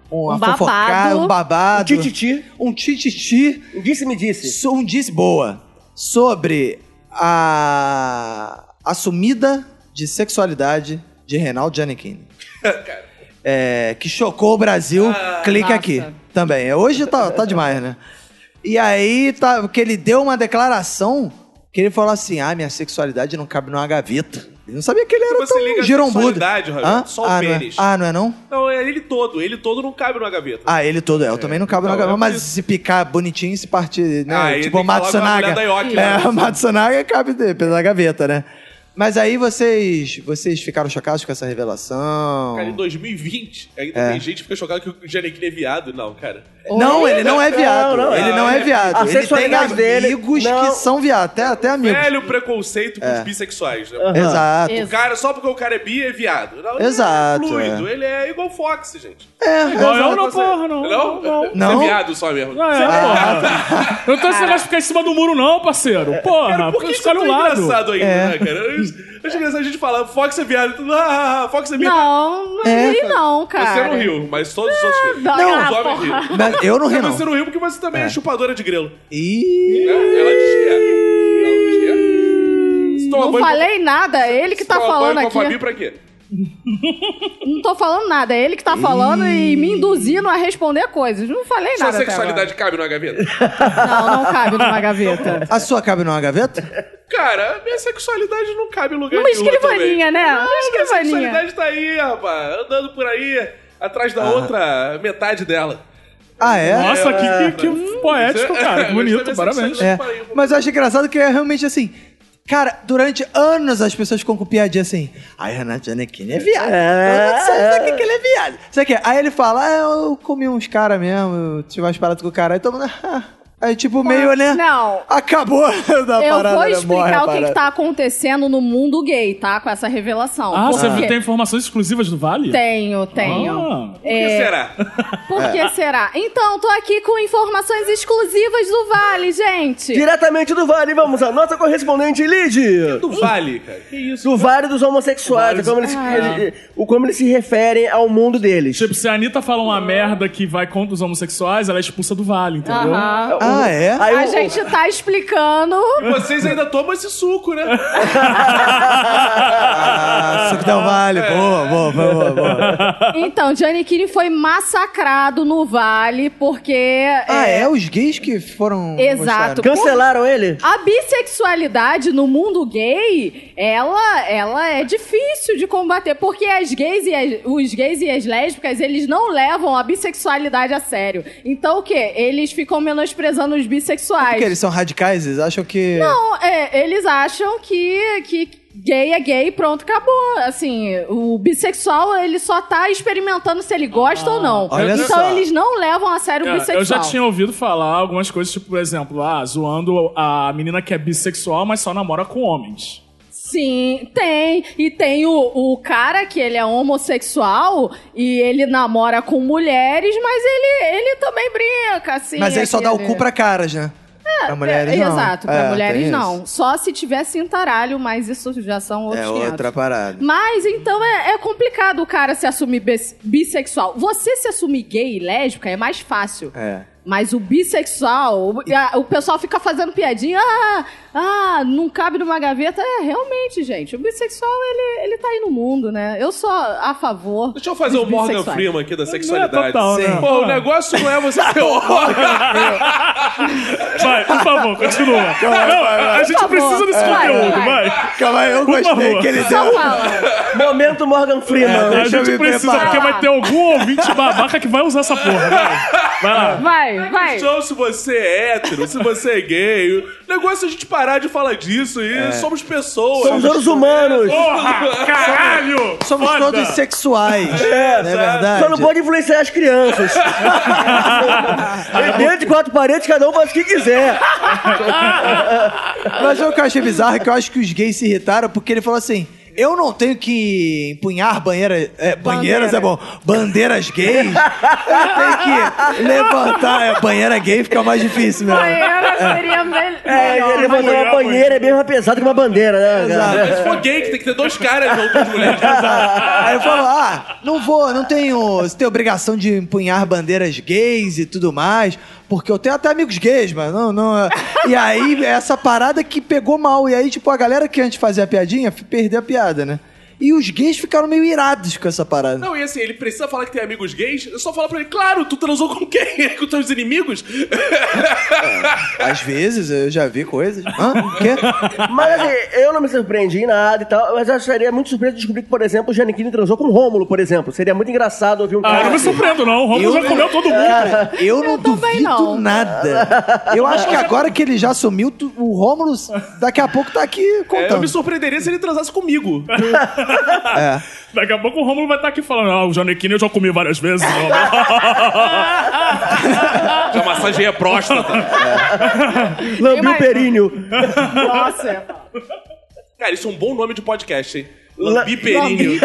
Um, Um babado. um babado. Tititi. Um tititi. Disse-me disse. So- Um disse boa. Sobre a. Assumida de sexualidade de Reinaldo Giannichini. É, que chocou o Brasil. Ah, Clique Nossa. aqui também. Hoje tá, tá demais, né? E aí, tá, que ele deu uma declaração que ele falou assim: ah, minha sexualidade não cabe numa gaveta. Ele não sabia que ele era Você liga tão a girombudo. sexualidade, Roberto, Hã? só o ah, não é- pênis. ah, não é não? Não, é ele todo. Ele todo não cabe numa gaveta. Ah, ele todo é. Eu também não cabo na Não, gaveta. é Mas por isso. se picar bonitinho, se partir, né? Ah, ele tipo tem o que falar com a Matsunaga. mulher da Yoki, né? é, o Matsunaga cabe de- pela gaveta, né? Mas aí vocês, vocês ficaram chocados com essa revelação? Cara, em 2020, ainda É. tem gente que fica chocada que o Janequine é viado. Não, cara. Não, ele não é viado. Não, não, ele é. não é viado. A ele tem sexualidade dele- amigos não. que são viados, até, até amigos. Velho preconceito com os bissexuais, né? Exato. É. O cara, só porque o cara é bi, é viado. Não, ele Exato, É fluido, ele é igual Fox, gente. É, Igual eu exato. não, porra, não. Não? Não. Você é Não. viado só mesmo. Não é, porra. Não tem esse negócio de ficar em cima do muro, não, parceiro. Porra, Cara, por que isso é escolhe tão um lado. engraçado ainda, É. né, cara? Eu acho- eu acho engraçado a gente falar, Fox é viado, tudo, ah, ah, ah, Fox é viado. Não, não É. ri não, cara. Você não riu, mas todos os outros riram. Não, Todos ah, os homens riram. porra. Mas eu não ri, É, mas Você não. não riu porque você também é, chupadora de grelo. É, Ih, Ela diz que é. Ela diz que é. Se toma Não banho- falei nada, é ele que se tá toma banho falando com a Fabi aqui. pra quê? Não tô falando nada, é ele que tá falando e me induzindo a responder coisas. Não falei Sua nada. até sexualidade cabe na gaveta? agora. Não, não cabe numa gaveta. a sua cabe numa gaveta? Cara, minha sexualidade não cabe em lugar Numa nenhum escrivaninha, também. né? Não, Uma minha escrivaninha. sexualidade tá aí, rapaz. Andando por aí, atrás da outra metade dela. Ah, é? Nossa, É. que, que, que poético, cara. Que bonito, parabéns. É, mas eu acho engraçado que é realmente assim. Cara, durante anos as pessoas ficam com piadinha assim. Ai, Renato Janequini é viado. É. Todo mundo sabe daqui que ele é viado. Sabe o quê? Aí ele fala, ah, eu comi uns caras mesmo, eu tive umas paradas com o cara. Aí todo mundo. "Ah." Aí tipo, meio, né? Não. Acabou é da Eu parada. vou né? Morre a explicar o que, parada. que tá acontecendo no mundo gay, tá? Com essa revelação. Ah, Por você quê? tem informações exclusivas do Vale? Tenho, tenho. É, Ah. O que será? Por É. que será? Então, tô aqui com informações exclusivas do Vale, gente. Diretamente do Vale, vamos à nossa correspondente Lid. Do Vale, cara. Que isso? Do Vale dos homossexuais, como eles, ele- o como eles se referem ao mundo deles. Tipo, se a Anitta fala uma merda que vai contra os homossexuais, ela é expulsa do Vale, entendeu? Aham. Ah, é? Aí A o- gente tá explicando. Vocês ainda tomam esse suco, né? Ah, Suco Del Vale. Boa, boa, boa, boa, boa. Então, Giannichini foi massacrado no Vale porque. Ah, é? Os gays que foram. Exato. gostaram? Cancelaram ele? A bissexualidade no mundo gay, ela, ela é difícil de combater, porque as gays e as- os gays e as lésbicas, eles não levam a bissexualidade a sério. Então o quê? Eles ficam menosprezando os Porque bissexuais. eles são radicais, eles acham que. Não, é, eles acham que, que gay é gay, pronto, acabou. Assim, o bissexual, ele só tá experimentando se ele gosta ou não. olha então só. eles não levam a sério o Cara, bissexual. É, eu já tinha um- ouvido falar algumas coisas, tipo, por exemplo, ah, zoando a menina que é bissexual, mas só namora com homens. Sim, tem. E tem o, o cara que ele é homossexual e ele namora com mulheres, mas ele, ele também brinca, assim. Mas aí só dá o cu pra caras, né? pra mulheres não. É, Exato, pra É, mulheres tem isso. não. Só se tiver cintaralho, mas isso já são outros É 500. outra parada. Mas então é, é complicado o cara se assumir bis- bissexual. Você se assumir gay e lésbica é mais fácil. É. Mas o bissexual, o, a- o pessoal fica fazendo piadinha, ah, ah, não cabe numa gaveta. É, realmente, gente, o bissexual, ele, ele tá aí no mundo, né? Eu sou a favor. Deixa eu fazer dos o Morgan bissexuais. Freeman aqui da sexualidade. total, né? Sim. Pô, o negócio não é você ser homem. Vai, por favor, continua. Não, a gente Por favor. precisa desse Vai, conteúdo, vai. vai. Calma aí, eu gostei favor. que ele deu. Então fala. Momento Morgan Freeman. A Deixa eu gente me precisa, preparar. porque vai ter algum ouvinte babaca que vai usar essa porra. Vai, vai lá. Vai. vai, vai. Então, se você é hétero, se você é gay, o negócio é a gente parar de falar disso e somos pessoas. Somos seres humanos. Porra! Caralho! Somos Foda! todos sexuais. não É, é sabe? verdade? Só não pode influenciar as crianças. É Dentro de quatro paredes, cada um faz o que quiser. Mas o que eu achei bizarro é que eu acho que os gays se irritaram porque ele falou assim. Eu não tenho que empunhar banheira, é, banheiras, é bom, bandeiras gays. Eu tenho que levantar. É, banheira gay fica mais difícil mesmo. Banheira seria melhor. É, ele botou uma banheira, é bem mais pesado que uma bandeira, né? cara? Exato. Se for gay, que tem que ter dois caras juntos de mulher. Aí eu falo, ah, não vou, não tenho, você tem obrigação de empunhar bandeiras gays e tudo mais, porque eu tenho até amigos gays, mas não, não. é." E aí, essa parada que pegou mal. E aí, tipo, a galera que antes fazia a piadinha f- perdeu a piada, né? E os gays ficaram meio irados com essa parada. Não, e assim, ele precisa falar que tem amigos gays, eu só falo pra ele, claro, tu transou com quem? Com teus inimigos? Às vezes eu já vi coisas. Hã? O quê? Mas assim, eu não me surpreendi em nada e tal, mas eu seria muito surpreso de descobrir que, por exemplo, o Giannichini transou com o Rômulo, por exemplo. Seria muito engraçado ouvir um Ah, eu não me surpreendo, não. O Romulo Eu- já comeu todo mundo. Cara, eu não Eu também duvido não. nada. Eu acho que agora que ele já sumiu, tu- o Rômulo daqui a pouco tá aqui É, eu contando. me surpreenderia se ele transasse comigo. É. Daqui a pouco o Romulo vai estar aqui falando: Ah, o Janequine eu já comi várias vezes. Romulo." Já massageei a próstata. lambiu o períneo. Nossa. Cara, isso é um bom nome de podcast, hein? Lambi- Lambiperinho.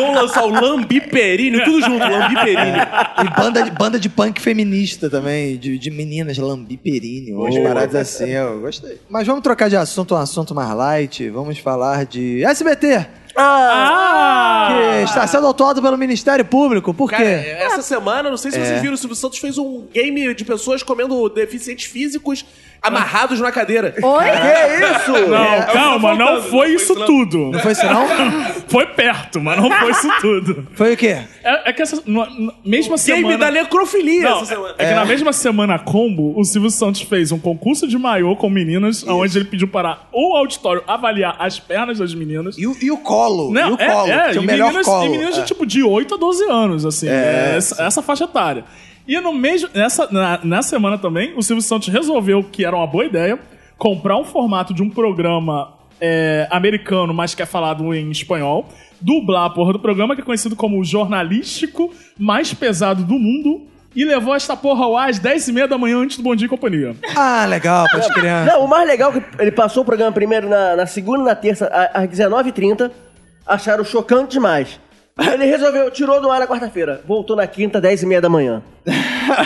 Vamos lançar o Lambiperinho, tudo junto, Lambiperinho. E banda de, banda de punk feminista também, de, de meninas lambiperine, umas paradas assim, eu gostei. Mas vamos trocar de assunto, um assunto mais light, vamos falar de SBT, que Ah! está sendo autuado pelo Ministério Público, por Cara, quê? essa semana, não sei se É. vocês viram, o Silvio Santos fez um game de pessoas comendo deficientes físicos amarrados na cadeira. Oi? é. Que isso? Não, eu tava calma, faltando, tá não foi isso não. tudo. Não foi isso não? Foi perto, mas não foi isso tudo. Foi o quê? É, é que essa no- no- mesma Game semana. da necrofilia Não, essa semana. é, é que na mesma semana combo, o Silvio Santos fez um concurso de maiô com meninas, onde ele pediu para o auditório avaliar as pernas das meninas. E, o- e o colo, e o é, colo, é, que é o e melhor meninas, colo. E meninas de É. tipo de 8 a 12 anos, assim, É, é, essa, essa faixa etária. E no mesmo, nessa, na, na semana também, o Silvio Santos resolveu que era uma boa ideia comprar um formato de um programa é, americano, mas que é falado em espanhol, dublar a porra do programa, que é conhecido como o jornalístico mais pesado do mundo, e levou esta porra ao ar às 10h30 da manhã antes do Bom Dia e Companhia. Ah, legal, pode criar. Não, o mais legal é que ele passou o programa primeiro na, na segunda e na terça, a- às 19h30. Acharam chocante demais. Aí Ele resolveu, tirou do ar na quarta-feira. Voltou na quinta, 10h30 da manhã.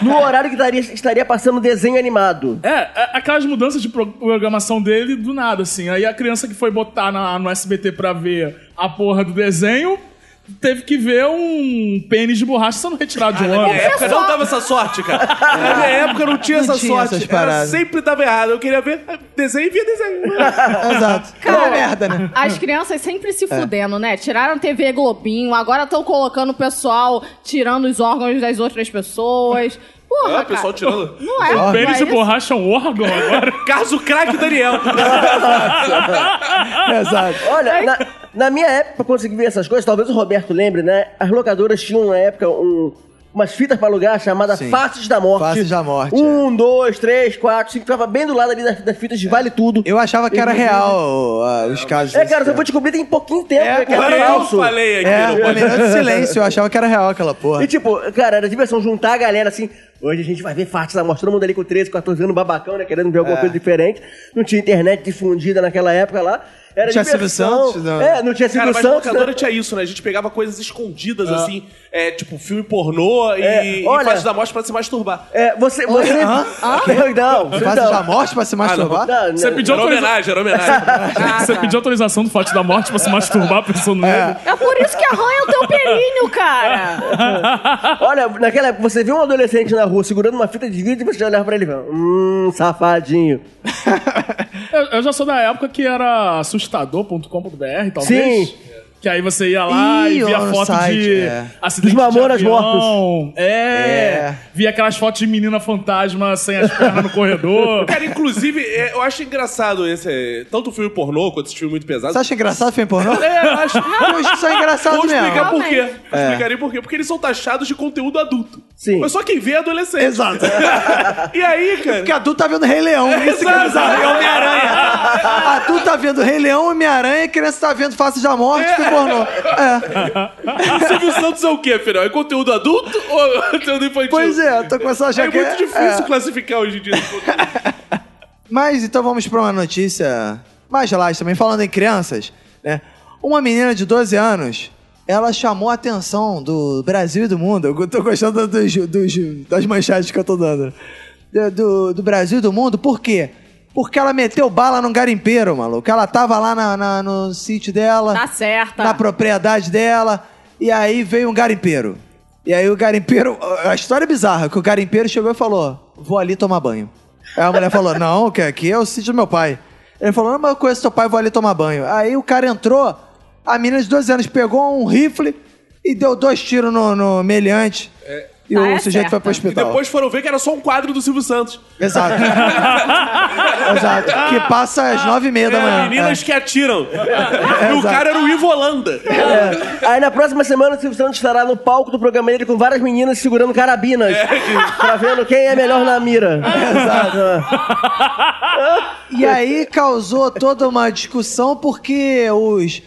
No horário que estaria, estaria passando desenho animado. É, é, aquelas mudanças de pro- programação dele do nada, assim. Aí a criança que foi botar na- no SBT pra ver a porra do desenho teve que ver um pênis de borracha sendo retirado é, Ah, de um Na minha é. ano. época não dava essa sorte, cara. Na minha época não tinha Ah, Não essa tinha essas sorte. Era paradas. sempre dava errado. Eu queria ver ah, desenho e via desenho. Exato. É uma Cara, merda, né? As crianças sempre se fudendo, né? Tiraram TV Globinho, agora estão colocando o pessoal tirando os órgãos das outras pessoas. Porra, Ah, cara. o pessoal tirando. Não é, O não pênis é de isso? borracha é um órgão agora? Caso craque Daniel. Exato. Olha, na, na minha época, pra conseguir ver essas coisas, talvez o Roberto lembre, né? As locadoras tinham na época um, umas fitas pra alugar chamada Sim. Faces da Morte. Faces da Morte, é. Um, dois, três, quatro, cinco. Ficava bem do lado ali das, das fitas de Vale Tudo. Eu achava que era real ó, os casos. É, cara, desse você foi descobrir tem pouquinho tempo É, né, que Agora era eu falso. falei aqui É, no o podcast. Almirante Silêncio, eu achava que era real aquela porra. E tipo, cara, era diversão juntar a galera assim. Hoje a gente vai ver Faces da Morte. Todo mundo ali com 13, 14 anos, babacão, né? Querendo ver É. alguma coisa diferente. Não tinha internet difundida naquela época lá. Era Tinha Silvio diversão. Santos, não. É, não tinha Cara, Silvio mas Santos. né? locadora tinha isso, né? A gente pegava coisas escondidas, Ah. assim, é, tipo filme pornô e, É, e olha- faixas da morte pra se masturbar. É, você. você... Hã? Não, Você não. faz já morte Ah, pra se masturbar? Não, não. Você pediu, Era autoriza... homenagem, era homenagem. Você pediu autorização do fato da morte pra se masturbar pensando nele? Ah, tá. É por isso que arranha o teu períneo, cara. Olha, naquela época você viu um adolescente na rua segurando uma fita de vídeo e você olhava pra ele e falava, hum, safadinho. Eu, eu já sou da época que era assustador.com.br, talvez. Sim. Que aí você ia lá Ih, e via lá no foto site, de é. acidente Dos Mamonas de mortos. avião. É. É. Via aquelas fotos de menina fantasma sem as pernas no corredor. Cara, inclusive, é, eu acho engraçado esse. Tanto o filme pornô quanto esse filme muito pesado. Você acha engraçado filme pornô? É, eu acho. Eu acho isso é engraçado Vou mesmo. É. explicar por quê. Realmente. Eu explicarei por quê. Porque eles são taxados de conteúdo adulto. Sim. Mas só quem vê é adolescente. Exato. E aí, cara. Porque a Tu tá vendo Rei Leão, isso que é Exato. bizarro, e Homem-Aranha. A Tu tá vendo Rei Leão, Homem-Aranha, e criança tá vendo Face da Morte, é. pornô. É. O Silvio Santos é o quê, afinal? É conteúdo adulto ou conteúdo infantil? Pois é, eu tô começando a achar É que muito difícil é. classificar hoje em dia. esse conteúdo. Mas então vamos pra uma notícia mais light também, falando em crianças, né? Uma menina de 12 anos, ela chamou a atenção do Brasil e do mundo. Eu tô gostando dos- dos- das manchetes que eu tô dando. Do, do- do Brasil e do mundo, por quê? Porque ela meteu bala num garimpeiro, maluco. Ela tava lá na- na- no sítio dela. Tá certa. na propriedade dela. E aí veio um garimpeiro. E aí o garimpeiro. A história é bizarra, que o garimpeiro chegou e falou: Vou ali tomar banho. Aí a mulher falou: Não, que aqui é o sítio do meu pai. Ele falou: Não, mas eu conheço teu pai, vou ali tomar banho. Aí o cara entrou, a menina de 12 anos pegou um rifle e deu dois tiros no, no meliante. E Ah, o é sujeito foi certa. pro E hospital. depois foram ver que era só um quadro do Silvio Santos. Exato. Exato. Que passa às nove e meia da manhã. É, meninas É. que atiram. e o exato. cara era o Ivo Holanda. É. Aí na próxima semana o Silvio Santos estará no palco do programa dele com várias meninas segurando carabinas. É. pra vendo quem é melhor na mira. Exato. E aí causou toda uma discussão porque os.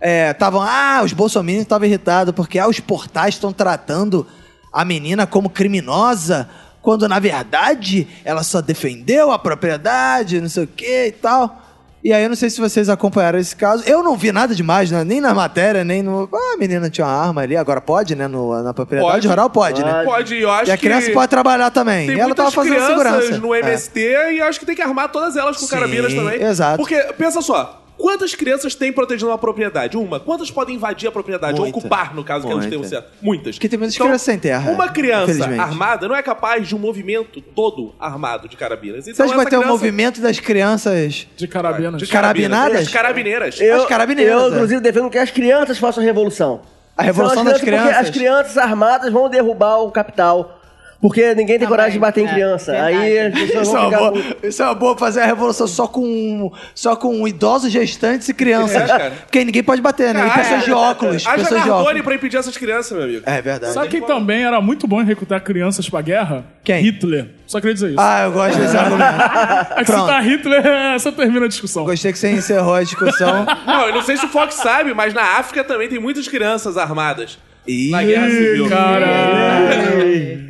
É, tavam, ah, os bolsominions estavam irritados porque ah, os portais estão tratando a menina como criminosa, quando na verdade ela só defendeu a propriedade, não sei o que e tal. E aí eu não sei se vocês acompanharam esse caso. Eu não vi nada demais, né? nem na matéria, nem no. Ah, a menina tinha uma arma ali, agora pode, né? No- na propriedade Pode. rural pode, né? Pode, eu acho E a criança que... pode trabalhar também. Tem e ela tava muitas fazendo crianças segurança. no É. MST e eu acho que tem que armar todas elas com Sim, carabinas também. exato. Porque, pensa só, quantas crianças tem protegendo uma propriedade? Uma. Quantas podem invadir a propriedade? Ou Muita. ocupar, no caso, que elas tenham Muita. certo? Muitas. Então, Porque tem muitas crianças sem terra, Uma criança infelizmente. armada não é capaz de um movimento todo armado de carabinas. Você Então, acha que vai essa ter um criança- movimento das crianças? De carabinas. de Carabinadas? De Carabineiras. Eu, carabineiras, é. eu, inclusive, defendo que as crianças façam a revolução. A revolução São das porque crianças. As crianças armadas vão derrubar o capital. Porque ninguém tem Também, coragem de bater em é, criança. verdade. Aí as pessoas Isso é, vão uma ficar boa, com- isso é uma boa fazer a revolução só com, um, só com idosos, gestantes e crianças. É, cara. Porque ninguém pode bater, né? E Haja- pessoas de óculos. é. Haja pessoas de Nardone óculos. pra impedir essas crianças, meu amigo. É verdade. Sabe quem também era muito bom em recrutar crianças pra guerra? Quem? Hitler. Só queria dizer isso. Ah, eu gosto desse argumento. é que se pronto. tá Hitler, é, só termina a discussão. Gostei que você encerrou a discussão. Não, eu não sei se o Fox sabe, mas na África também tem muitas crianças armadas. Ih, Na guerra civil. Cara,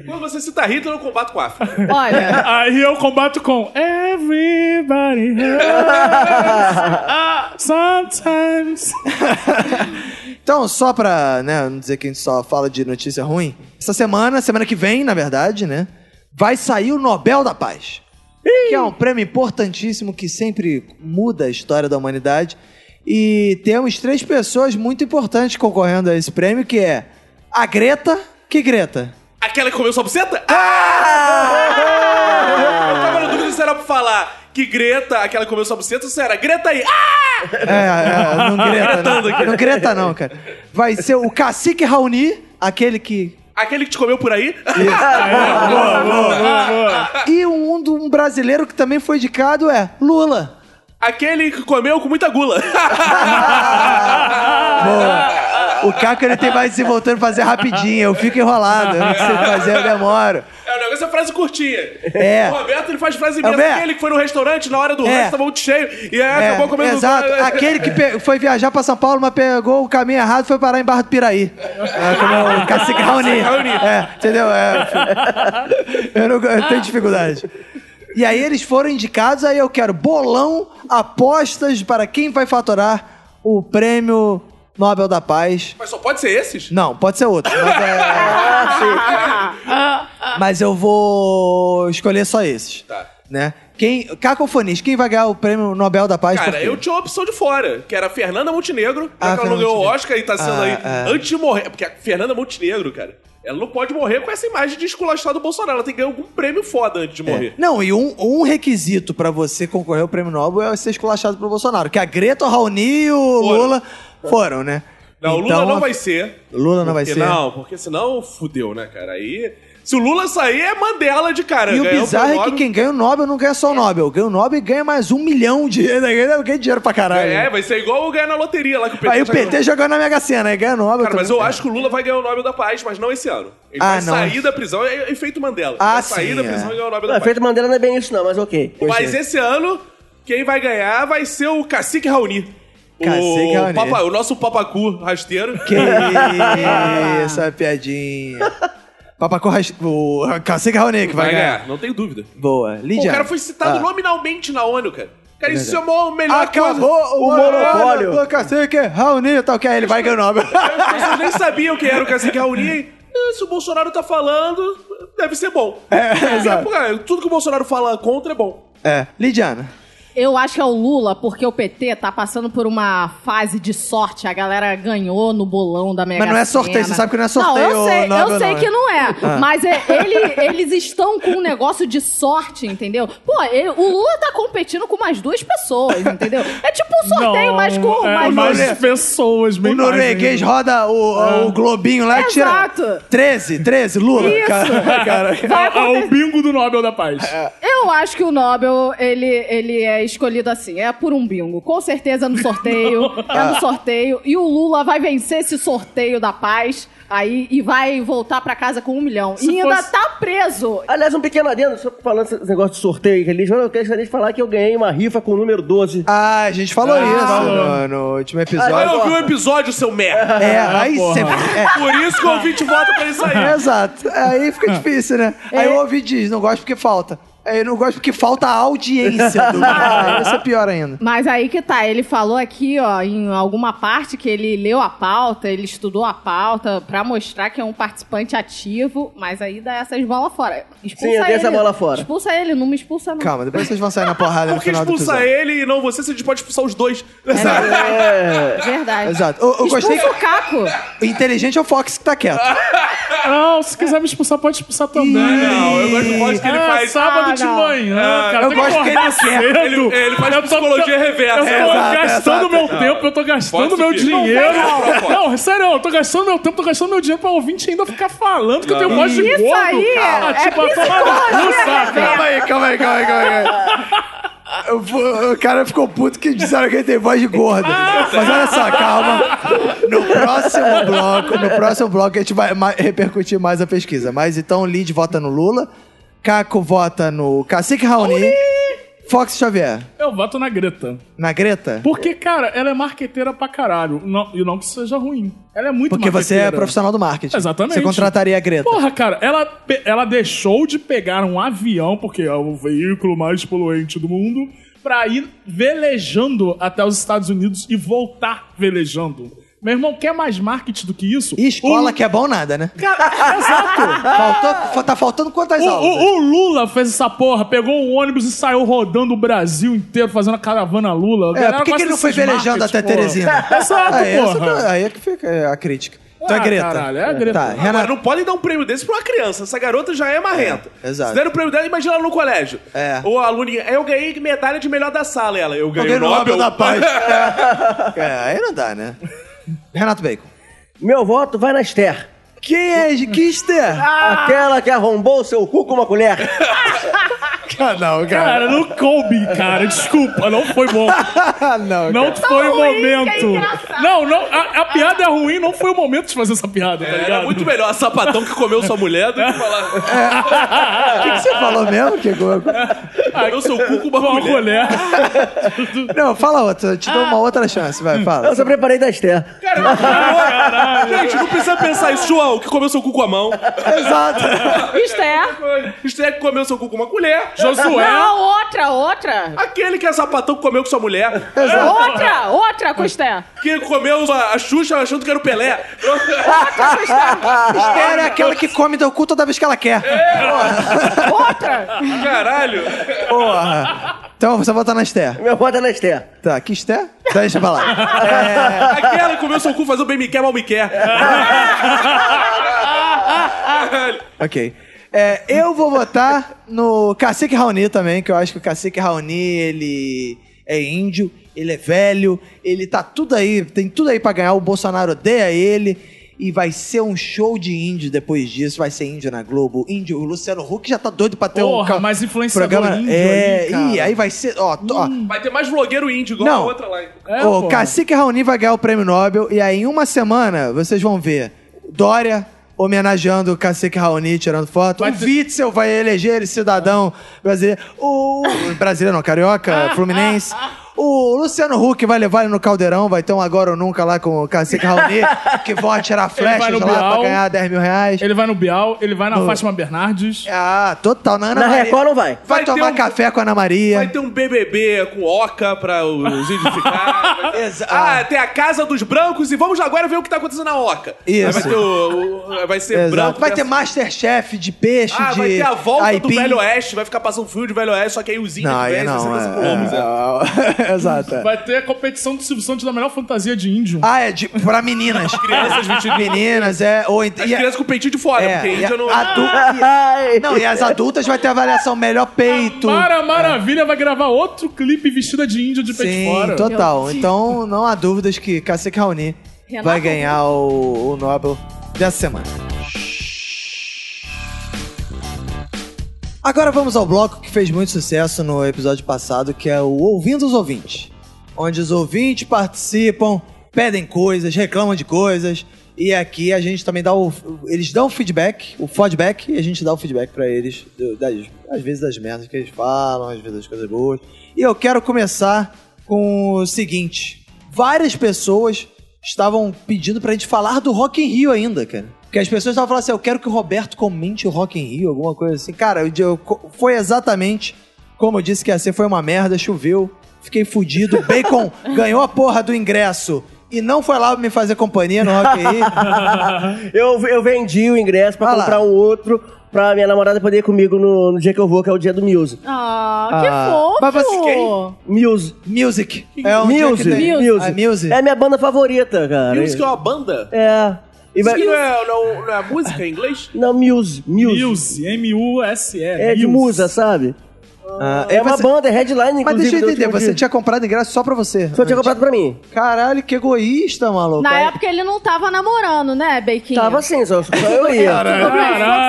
Quando você cita Hitler, eu combato com a África. Olha, aí eu combato com Everybody hurts Ah, sometimes. Então, só pra né, não dizer que a gente só fala de notícia ruim, essa semana, semana que vem, na verdade, né? Vai sair o Nobel da Paz. Que é um prêmio importantíssimo que sempre muda a história da humanidade. E temos três pessoas muito importantes concorrendo a esse prêmio, que é a Greta. Que Greta? Aquela que comeu sua buceta? Ah! Eu tava na dúvida se era pra falar que Greta, aquela que comeu sua buceta, ou se era Greta aí. Ah! É, é, não Greta, não. Não Greta, não, cara. Vai ser o cacique Raoni, aquele que Aquele que te comeu por aí? E um, um do- um brasileiro que também foi indicado é Lula. Aquele que comeu com muita gula. Boa. O Caco ele tem mais desenvoltando fazer rapidinho. Eu fico enrolado, eu não sei fazer, eu demoro. É, o negócio é frase curtinha. É. O Roberto, ele faz frase Roberto. imensa. Aquele que foi no restaurante na hora do É. rancho, tava muito cheio. E aí É, acabou comendo... exato. Aquele que pe- foi viajar pra São Paulo, mas pegou o caminho errado e foi parar em Barra do Piraí. É, como o Cacique Raoni. Raoni. É, entendeu? É, eu, não, eu tenho dificuldade. E aí eles foram indicados, aí eu quero bolão, apostas para quem vai faturar o prêmio Nobel da Paz. Mas só pode ser esses? Não, pode ser outro. Mas, é- Mas eu vou escolher só esses. Tá. Né? Quem, Cacofonias, quem vai ganhar o prêmio Nobel da Paz? por Cara, quê? eu tinha uma opção de fora, que era a Fernanda Montenegro, já Ah, que ela não Fernanda ganhou o Montenegro. Oscar e tá sendo Ah, aí ah. antes de morrer. Porque a Fernanda Montenegro, cara, ela não pode morrer com essa imagem de esculachar do Bolsonaro. Ela tem que ganhar algum prêmio foda antes de morrer. Não, e um, um requisito pra você concorrer ao prêmio Nobel é ser esculachado pelo Bolsonaro. Que a Greta, o Raoni e o Foram. Lula foram, né? Não, o Lula Então, não a- vai ser. Lula não vai Porque ser. Não, porque senão fudeu, né, cara? Aí. Se o Lula sair, é Mandela de cara. E o Ganhou bizarro é Nobel. que quem ganha o Nobel não ganha só o Nobel. Ganha o Nobel e ganha mais um milhão de dinheiro. Ganha dinheiro pra caralho. É, vai ser igual eu ganhar na loteria lá que o PT. né? Aí o já PT ganhou. jogando na Mega Sena, aí ganha o Nobel. Cara, mas também. eu acho que o Lula vai ganhar o Nobel da Paz, mas não esse ano. Ele Ah, vai não. sair da prisão, é é efeito Mandela. Ele Ah, vai sair sim, da é. prisão e ganhar o Não, Nobel da Paz. efeito Mandela não é bem isso, não, mas ok. Mas esse ano, quem vai ganhar vai ser o Cacique Raoni. Cacique o, Raoni. Papa- o nosso papacu rasteiro. Que isso, é piadinha. Papacô, ras- o Cacique Raoni que vai ganhar. não tenho dúvida. Boa. Pô, o Lídia. cara foi citado Ah. nominalmente na ONU, cara. Cara, isso é a melhor Acabou coisa. o, O monopólio. monopólio do Cacique Raoni, tal que é, ele vai ganhar o Nobel. As pessoas nem sabiam quem era o Cacique Raoni. Ah, Se o Bolsonaro tá falando, deve ser bom. É, exato. cara, tudo que o Bolsonaro fala contra é bom. é, Lidiana. Eu acho que é o Lula, porque o PT tá passando por uma fase de sorte. A galera ganhou no bolão da Mega Mas não é sorteio, Sena. você sabe que não é sorteio, Não, eu sei, não, eu não, sei não. Ah. que não é. Mas é- ele- eles estão com um negócio de sorte, entendeu? Pô, ele- o Lula tá competindo com mais duas pessoas, entendeu? É tipo um sorteio, Não, mas com é, mais mais Nore- pessoas, bem O mais né? norueguês ainda. roda o, o globinho lá e tira. Exato. 13, 13, Lula. Isso. Cara, cara. Vai Ah, acontecer. o bingo do Nobel da Paz. Eu acho que o Nobel, ele, ele é escolhido assim, é por um bingo. Com certeza é no sorteio, é no sorteio. E o Lula vai vencer esse sorteio da paz aí e vai voltar pra casa com um milhão. Se e ainda fosse- tá preso. Aliás, um pequeno adendo, só falando esse negócio de sorteio e religião, eu gostaria de falar que eu ganhei uma rifa com o número 12. Ah, a gente falou isso no, falou. no último Vai episódio. Ah, ouvir o episódio, seu merda. é, aí porra. sempre. É, Por isso que o ouvinte vota pra ele é, sair. exato. Aí fica difícil, né? Aí o ouvinte diz: não gosto porque falta. Aí não gosto porque falta a audiência do. Ah, Isso é pior ainda. Mas aí que tá, ele falou aqui, ó, em alguma parte que ele leu a pauta, ele estudou a pauta pra mostrar que é um participante ativo, mas aí dá essas bolas fora. Expulsa Sim, eu dei essa ele. bola fora. Expulsa ele, não me expulsa não. Calma, depois vocês vão sair na porrada no Por que final do expulsar episódio. É, ele e não você? Se a gente pode expulsar os dois. É Verdade. Exato. Eu- eu Expulsa gostei que- o Caco. O Inteligente é o Fox que tá quieto. Não, se quiser me expulsar, pode expulsar também. Não, eu gosto, gosto que ele é, faz. sábado Ah, de não. manhã, Ah, cara. eu tem que gosto que ele acordar cedo. Ele- ele faz Eu tô- psicologia reversa. Eu tô Exato, gastando exato. meu tempo, eu tô gastando Pode meu subir. dinheiro. Não, não, não, Não, sério, eu tô gastando meu tempo, tô gastando meu dinheiro pra ouvinte ainda ficar falando que eu tenho voz de Isso gordo. aí cara. é- é tipo, a tomar no cu, saca? Calma aí, calma aí, calma aí, calma aí. Eu vou- o cara ficou puto que disseram que ele tem voz de gordo. Mas olha só, calma. No próximo bloco, no próximo bloco a gente vai ma- repercutir mais a pesquisa. Mas então Lid vota no Lula, Caco vota no Cacique Raoni, Fox Xavier. Eu voto na Greta. Na Greta? Porque, cara, ela é marqueteira pra caralho. Não, e não que isso seja ruim. Ela é muito Porque você é marqueteira. profissional do marketing. Exatamente. Você contrataria a Greta. Porra, cara, ela, pe- ela deixou de pegar um avião, porque é o veículo mais poluente do mundo, pra ir velejando até os Estados Unidos e voltar velejando. Meu irmão, quer mais marketing do que isso? E escola O- que é bom nada, né? Cara, exato! Faltou, tá faltando quantas O, aulas? o- o Lula fez essa porra, pegou um ônibus e saiu rodando o Brasil inteiro, fazendo a caravana Lula. A É, galera por que, que gosta ele não foi desses velejando marketing, até porra. Teresina? Exato, aí, essa É, porra. tá- aí é que fica é, a crítica. Então é Ah, Greta. caralho, é a Greta. Tá, Agora, Renato. não podem dar um prêmio desse pra uma criança. Essa garota já é marrenta. É, exato. Se deram o prêmio dela, imagina ela no colégio. É. Ou a aluninha. Eu ganhei medalha de melhor da sala, ela. Eu ganhei Alguém o no Nobel. Nobel da Paz. é. É, aí não dá, né? Renato Bacon. Meu voto vai na Esther. Quem é Gister? Aquela que arrombou o seu cu com uma colher. não, Cara, não coube, cara. Desculpa, não foi bom. não, Não foi o ruim, que é momento. engraçado. não, não, a, a piada é ruim, não foi o momento de fazer essa piada, tá É, ligado? Era muito melhor a sapatão que comeu sua mulher do que falar. O que, que você falou mesmo, Kiko? Comeu seu cu com uma Ah, Uma mulher. mulher. Não, fala outra. Eu te dou uma outra chance, vai, fala. Eu só preparei da Esther. Gente, não precisa pensar isso, João, que comeu seu cu com a mão. Exato. Isto é. Estreia que comeu seu cu com uma colher. Josué. Ah, Não, outra, outra. Aquele que é sapatão que comeu com sua mulher. Outra, outra, Costé. Que comeu a a Xuxa achando que era o Pelé. Esther é aquela que come teu cu toda vez que ela quer. Outra. Caralho. Porra. Então você vota na Esther. Meu voto é na Esther. Tá, que Esther? Deixa pra lá. Aquela que comeu seu cu fazendo bem me quer, mal me quer. Caralho. Ok. É, eu vou votar no Cacique Raoni também, que eu acho que o Cacique Raoni, ele é índio, ele é velho, ele tá tudo aí, tem tudo aí pra ganhar, o Bolsonaro odeia ele. E vai ser um show de índio depois disso. Vai ser índio na Globo. Índio, o Luciano Huck já tá doido pra ter um Porra, ca- mas influenciador índio é, aí, cara. ih, aí vai ser. Ó, to- ó, Vai ter mais vlogueiro índio, igual Não. a outra lá. É, o pô. Cacique Raoni vai ganhar o prêmio Nobel e aí em uma semana vocês vão ver Dória homenageando o Cacique Raoni, tirando foto. Vai o ter- Witzel vai eleger ele cidadão brasileiro. O brasileiro não, carioca, fluminense. O Luciano Huck vai levar ele no caldeirão, vai ter um agora ou nunca lá com o Cacique Raoni, que vão atirar vai flechas no lá pra Bial. ganhar 10 mil reais. Ele vai no Bial, ele vai na No- Fátima Bernardes. Ah, total. Na Ana Na Maria. Record não vai. Vai, Vai ter tomar um- café com a Ana Maria. Vai ter um BBB com oca pra os índios ficarem. Vai ter- Exa- ah, tem a casa dos brancos e vamos agora ver o que tá acontecendo na oca. Aí Vai Isso. ter o, o- vai ser Exato. branco. vai né? ter Masterchef de peixe, Ah, de vai ter a volta do aipim. Velho Oeste, vai ficar passando frio de Velho Oeste, só que aí os índios Não, aí vêm, não. vai ser é, né? é, Exato. é. Vai ter a competição do Silvio Santos da melhor fantasia de índio. Ah, é de, pra meninas. Crianças vestidas- Meninas, é. Ou, ent- As e a- crianças com o peitinho de fora, é, porque e a- índio não... Ah! adu- Ai. Não, e as adultas vai ter avaliação melhor peito. Mara Maravilha vai gravar outro clipe vestida de índio de peito Sim, fora. total. Então não há dúvidas que Cacique Raoni Renato vai ganhar o, o Nobel dessa semana. Agora vamos ao bloco que fez muito sucesso no episódio passado, que é o Ouvindo os Ouvintes. Onde os ouvintes participam, pedem coisas, reclamam de coisas. E aqui a gente também dá o. Eles dão o feedback, o feedback, e a gente dá o feedback pra eles, do- das, às vezes das merdas que eles falam, às vezes das coisas boas. E eu quero começar com o seguinte: várias pessoas estavam pedindo pra gente falar do Rock in Rio ainda, cara. Porque as pessoas estavam falando assim, eu quero que o Roberto comente o Rock in Rio, alguma coisa assim. Cara, eu, eu- co- foi exatamente como eu disse que ia ser, foi uma merda, choveu, fiquei fudido, Bacon ganhou a porra do ingresso e não foi lá me fazer companhia no Rock in Rio. Eu, eu vendi o ingresso pra Ah lá. comprar um outro pra minha namorada poder ir comigo no, no dia que eu vou, que é o dia do Muse. Ah, que Ah, fofo! mas você Muse. Music. É um dia que Muse. tem- Muse. Ah, Music. É a minha banda favorita, cara. Music é uma banda? É. E vai... Isso não é, não, não é música em inglês? Não, Muse. Muse. Muse, M-U-S-E. É de musa, sabe? Ah, É uma você- banda, é headline, inclusive. Mas deixa eu do entender, último você dia. tinha comprado ingresso só pra você. Só antes. tinha comprado pra mim. Caralho, que egoísta, maluco. Na Aí- época ele não tava namorando, né, Beiquinho? Tava assim, só, só eu ia.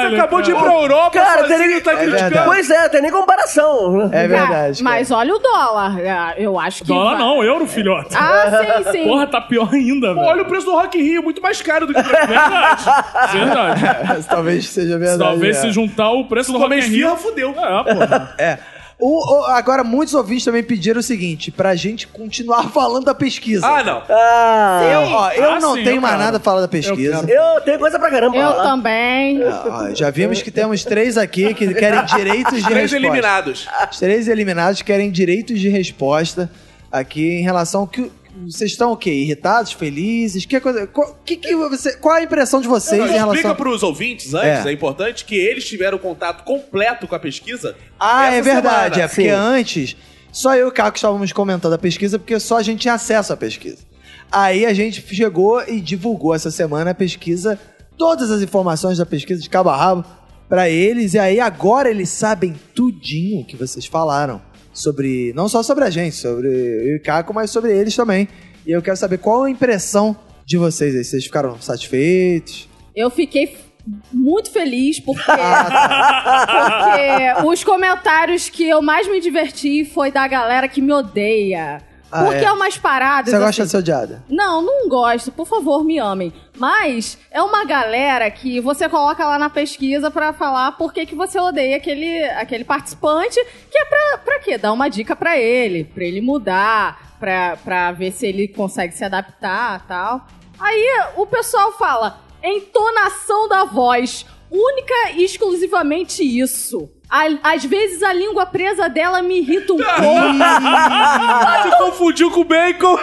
Você acabou de ir cara. pra Europa, Cara, sozinho, tem- tá é verdade. criticando. Pois é, tem nem comparação. É Cara, verdade. cara. Mas olha o dólar. ah, Eu acho que. Dólar vai- não, euro, filhote. Ah, sim, sim. Porra, tá pior ainda, velho. Olha o preço do Rock in Rio, muito mais caro do que o preço Verdade. Verdade. Talvez seja verdade. Talvez é. se juntar o preço do Rock in Comem Rio... esfirra, fudeu. É, porra. É. O- o- agora, muitos ouvintes também pediram o seguinte, pra gente continuar falando da pesquisa. Ah, não. Ah, Eu, ó, eu Ah, não sim, tenho eu mais quero. nada a falar da pesquisa. eu tenho coisa pra caramba. Eu lá. também. Ah, ó, já vimos que temos três aqui que querem direitos de Três resposta. eliminados. Os três eliminados querem direitos de resposta aqui em relação ao que... Vocês estão o quê? Irritados? Felizes? Que coisa, qual, que que você, qual a impressão de vocês Não, em relação... Então, Explica pros ouvintes antes, É. é. importante, que eles tiveram contato completo com a pesquisa. Ah, é essa verdade. semana. É porque Sim. antes, só eu e o Caco estávamos comentando a pesquisa, porque só a gente tinha acesso à pesquisa. Aí a gente chegou e divulgou essa semana a pesquisa, todas as informações da pesquisa de cabo a rabo pra eles. E aí agora eles sabem tudinho que vocês falaram. Sobre. Não só sobre a gente, sobre eu e o Caco, mas sobre eles também. E eu quero saber qual a impressão de vocês aí. Vocês ficaram satisfeitos? Eu fiquei f- muito feliz porque, Ah, porque os comentários que eu mais me diverti foi da galera que me odeia. Ah, porque é. é. umas paradas. você gosta assim- de ser odiada? Não, não gosto. Por favor, me amem. Mas é uma galera que você coloca lá na pesquisa pra falar por que, que você odeia aquele, aquele participante, que é pra, pra quê? Dar uma dica pra ele, pra ele mudar, pra, pra ver se ele consegue se adaptar tal. Aí o pessoal fala, entonação da voz, única e exclusivamente isso. A- Às vezes a língua presa dela me irrita um pouco. é Ah, Se confundiu com o bacon.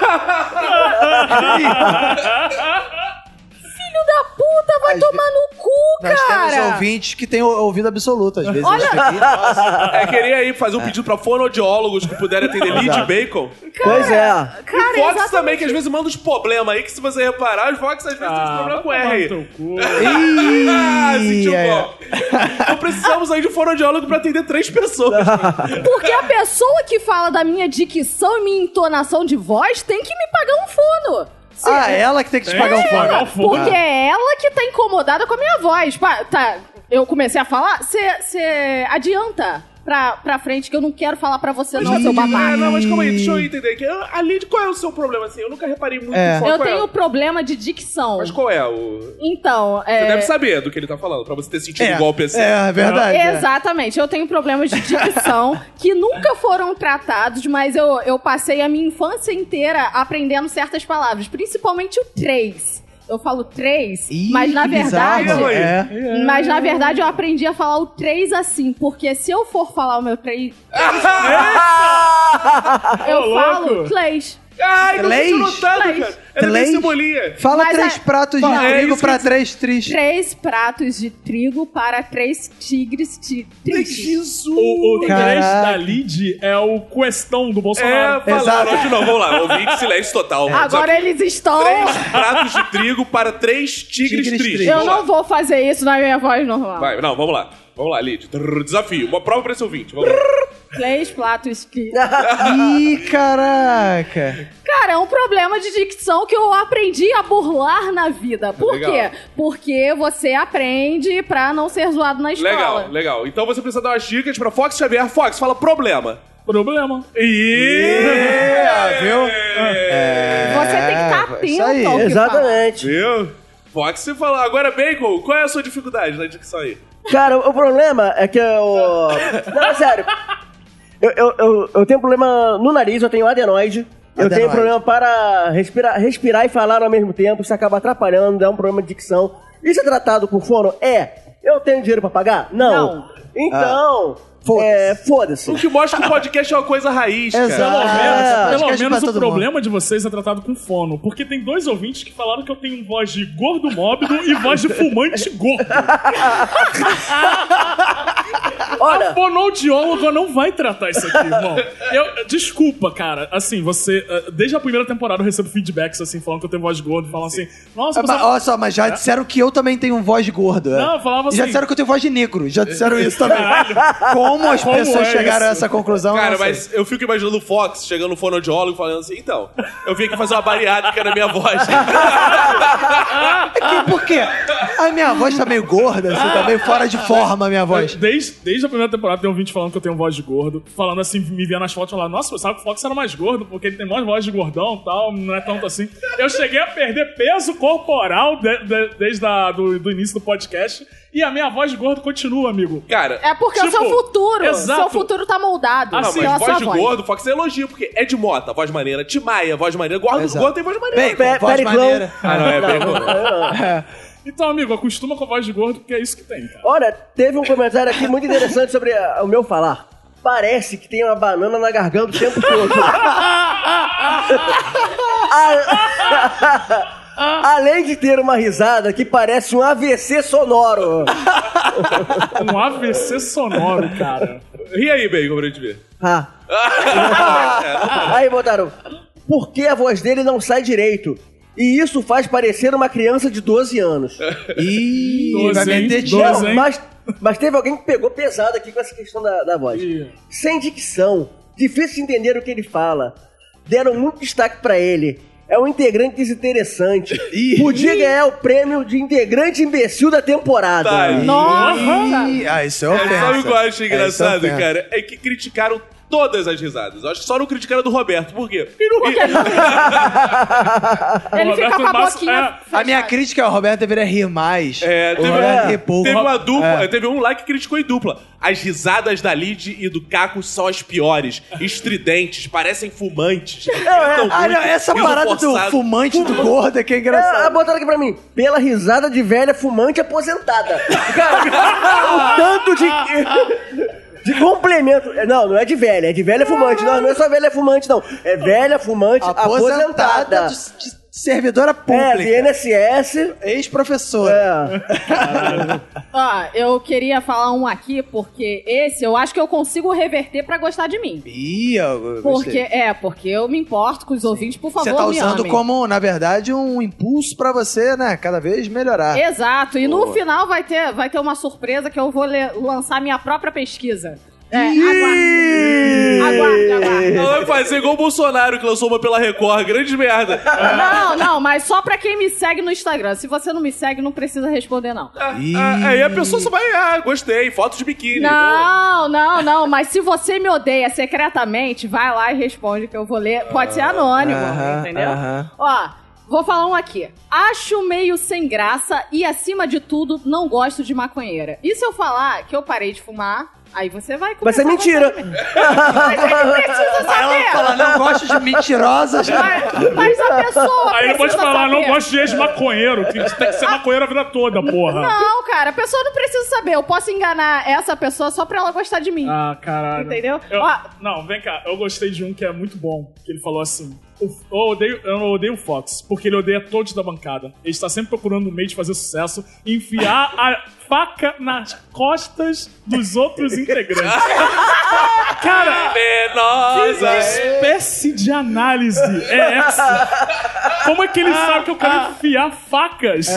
Filho da puta, vai tomar no cu, Nós temos cara? ouvintes que têm o- ouvido absoluto, às vezes. Olha- isso aqui. É, queria aí fazer um pedido pra fonoaudiólogos que puderem atender lead bacon. Pois é. Cara, e Fox exatamente. também, que às vezes manda uns problemas aí, que se você reparar, os Fox às vezes Ah, tem esse problema com R. Ah, sentiu é. bom. Então precisamos aí de um fonoaudiólogo pra atender três pessoas. Porque a pessoa que fala da minha dicção e minha entonação de voz tem que me pagar um fono. Se- Ah, ela que tem que te pagar um pagar fone. o fono. Porque é ela que tá incomodada com a minha voz. Pa- tá, eu comecei a falar, você adianta pra, pra frente que eu não quero falar pra você não, seu É, babaca. não, mas calma aí, deixa eu entender. Que, ah, a lead, qual é o seu problema, assim? Eu nunca reparei muito É. em qual Eu qual é. tenho problema de dicção. Mas qual é o... Você Então, é... deve saber do que ele tá falando, pra você ter sentido É, o golpe assim. é, é verdade. é. Exatamente, eu tenho problemas de dicção que nunca foram tratados, mas eu, eu passei a minha infância inteira aprendendo certas palavras, principalmente o três. Eu falo três, Ih, mas que na verdade. bizarro. É. Mas na verdade eu aprendi a falar o três assim, porque se eu for falar o meu três, eu Ô, falo louco. três. Ai, então Leis? eu tô notando, Leis. cara. é Era bem Leis? cebolinha. É, Fala Mas três a- pratos de Fala, é trigo isso pra que- três tristes. Três pratos de trigo para três tigres de tristes. O, o 3 Caraca. da lead é o questão do É, Bolsonaro. Exato. É. falaram. Não, de novo, vamos lá. Ouvinte, silêncio total. Agora eles estão. Três pratos de trigo para três tigres, Tigres tristes. tristes. Eu Vamos lá. não vou fazer isso na minha voz normal. Vai, não, vamos lá. Vamos lá, Lid. Trrr, Desafio. Uma prova pra esse ouvinte. Vamos lá. Três pratos de Ih, caraca. Cara, é um problema de dicção que eu aprendi a burlar na vida. Por Legal. quê? Porque você aprende pra não ser zoado na escola. Legal, legal. Então você precisa dar umas dicas pra Fox Xavier. Fox, fala problema. Problema. E... É, viu? Você tem que estar É, isso atento aí, ao que fala. Exatamente. Viu? Fox, você fala. Agora, Bacon, qual é a sua dificuldade na dicção aí? Cara, o o problema é que eu. Não, é sério. Eu, eu, eu, eu tenho um problema no nariz, eu tenho adenoide. Eu tenho Adenoide. problema para respirar, respirar e falar ao mesmo tempo, isso acaba atrapalhando, é um problema de dicção. Isso é tratado com fono? É. Eu tenho dinheiro pra pagar? Não. Não. Então, Foda-se. é, O foda-se. que mostra que o podcast é uma coisa raiz, cara. Exato. Pelo menos, Ah, pelo podcast menos pra o todo problema é de vocês é tratado com fono. Porque tem dois ouvintes que falaram que eu tenho voz de gordo móbido e voz de fumante gordo. Olha, Fonoaudiólogo não vai tratar isso aqui, irmão. Eu- desculpa, cara. Assim, você. eh, Desde a primeira temporada eu recebo feedbacks assim, falando que eu tenho voz de gordo, falando assim, nossa, Ah, mas, você. É. olha só, mas já disseram que eu também tenho voz de gordo. é. Não, falava E Já assim. disseram que eu tenho voz de negro. Já disseram isso também. Como as Como pessoas é chegaram a isso? essa conclusão? eu Cara, não sei. mas eu fico imaginando o Fox chegando no fonoaudiólogo e falando assim, então, eu vim aqui fazer uma bariátrica na minha voz. É que, por quê? A minha voz tá meio gorda, assim, tá meio fora de forma a minha voz. Desde, desde a primeira temporada tem um ouvinte falando que eu tenho voz de gordo, falando assim, me via nas fotos e falando, nossa, eu sabe que o Fox era mais gordo, porque ele tem mais voz de gordão e tal, não é tanto assim. Eu cheguei a perder peso corporal de- de- desde a, do, do início do podcast, e a minha voz de gordo continua, amigo. Cara, É porque é o seu Tipo, futuro. exato. Seu futuro tá moldado. não, pela mas sua voz de gordo, Fox é elogio, porque é de Mota, voz maneira, Tim Maia, voz maneira, gordo, Exato. gordo tem voz Bem, maneira. Pe- voz Periclão. maneira. Ah, não, é bem Ah. Então, amigo, acostuma com a voz de gordo, porque é isso que tem, cara. olha, teve um comentário aqui muito interessante sobre ah, o meu falar. Parece que tem uma banana na garganta o tempo todo. A- Além de ter uma risada que parece um AVC sonoro. Um AVC sonoro, cara. Ri aí, Bacon, pra gente ver. Ah. Aí botaram, por que a voz dele não sai direito? E isso faz parecer uma criança de 12 anos. Ih, Doze, vai hein? meter tiro. Doze, hein? Mas, mas teve alguém que pegou pesado aqui com essa questão da, da voz. Ih. Sem dicção, difícil de entender o que ele fala. Deram muito destaque pra ele. É um integrante desinteressante. Ih. Podia ganhar o prêmio de integrante imbecil da temporada. Tá, Ih, Nossa! Ah, isso é Mas Sabe o que eu ofensa. acho engraçado, É, isso é cara? É que criticaram todas as risadas. Eu acho que só não criticaram a do Roberto. Por quê? Porque não ri. Ele O fica Roberto com a Basso- boquinha. é. A minha crítica é o Roberto deveria rir mais. É, o teve, Roberto rir pouco. teve uma dupla, É. teve um lá que criticou em dupla. As risadas da Lid e do Caco são as piores, estridentes, parecem fumantes. Gritam Ah, não, muito, essa riso parada do forçado. fumante do gordo é que é É, ah, engraçado. botaram aqui pra mim. Pela risada de velha fumante aposentada. Cara, o tanto de. De complemento. É, Não, não é de velha, é de velha fumante. Não, não é só velha fumante, não. É velha fumante aposentada. de, de servidora É, pública. de NSS. Ex-professora. É. Ó, eu queria falar um aqui, porque esse eu acho que eu consigo reverter pra gostar de mim. É. Ih, eu gostei. Porque, é, porque eu me importo com os ouvintes, por favor, Você tá me usando amem. como, na verdade, um impulso pra você, né? Cada vez melhorar. Exato, e no Boa. final vai ter, vai ter uma surpresa que eu vou le- lançar minha própria pesquisa. É, Ih! aguarde. Aguarde, aguarde. Ela vai fazer igual o Bolsonaro que lançou uma pela Record, grande merda. Não, não, mas só pra quem me segue no Instagram. Se você não me segue, não precisa responder, não. Ah, Ih. ah, Aí a pessoa só vai, ah, gostei, foto de biquíni. boa. Não, não, não, mas se você me odeia secretamente, vai lá e responde que eu vou ler. Pode ser anônimo, Aham, entendeu? aham. Ó, vou falar um aqui. Acho meio sem graça e, acima de tudo, não gosto de maconheira. E se eu falar que eu parei de fumar, aí você vai Vai começar é ser a mentira. gostar de mim. Mas é ele precisa Aí ela saber. fala, não gosto de mentirosas. Mas, mas a pessoa Aí não pode precisa falar, não saber. gosto de ex-maconheiro, que tem que ser maconheiro a vida toda, porra. Não, cara, a pessoa não precisa saber. Eu posso enganar essa pessoa só pra ela gostar de mim. Ah, caralho. Entendeu? Eu- Ó. Não, vem cá, eu gostei de um que é muito bom. Que ele falou assim: "O- eu odeio, eu odeio o Fox, porque ele odeia todos da bancada. Ele está sempre procurando um meio de fazer sucesso e enfiar a faca nas costas dos outros integrantes. Cara, que Venenosa. espécie de análise é essa? Como é que Ah, ele sabe que eu quero enfiar facas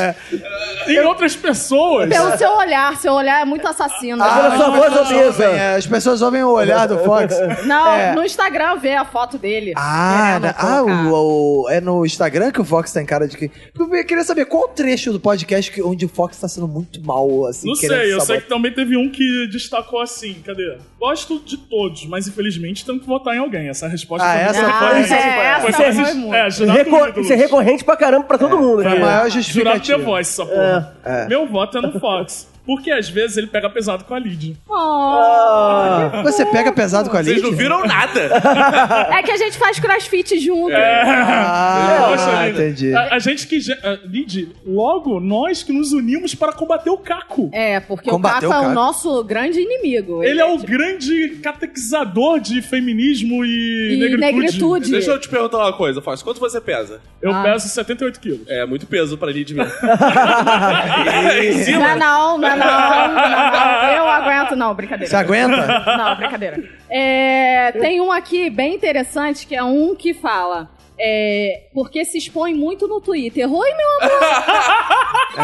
em outras pessoas? É. Pelo seu olhar, seu olhar é muito assassino. Ah, Pela as sua voz pessoas obesa. ouvem, é, as pessoas ouvem o olhar do Fox. Não, É. no Instagram vê a foto dele. Ah, na- É, não ah colocar. o- o- é no Instagram que o Fox tem cara de que. Eu queria saber qual o trecho do podcast que- onde o Fox tá sendo muito mal, assim. Não querendo sei, eu sabotar. sei que também teve um que destacou assim, cadê? Gosto de todos, mas infelizmente tenho que votar em alguém. Essa resposta Ah, foi essa muito foi- clara. essa foi, foi mais- muito. é, Jurado Recor- Ídolos. Isso é recorrente pra caramba pra todo mundo. né? Foi a cara. maior Jurado The justificativa. Voice, essa porra. Meu voto é no Fox. Porque às vezes ele pega pesado com a Lid. Oh. Ah. Você pega pesado com a Lid? Vocês não viram nada. É que a gente faz crossfit junto. É. Ah, Poxa vida. entendi. A, a gente que. já- a- Lid, logo nós que nos unimos para combater o Caco. É, porque Combater o o Caco é o Caco. nosso grande inimigo. Ele é o grande catequizador de feminismo e, E negritude. Deixa eu te perguntar uma coisa, Fox. Quanto você pesa? Eu Ah. peso 78 quilos. É muito peso pra Lid É. mesmo. Não, não, não, não, não, não. Eu aguento, não, Você brincadeira. aguenta? Não, brincadeira. É, tem um aqui bem interessante que é um que fala. é, porque se expõe muito no Twitter. Oi, meu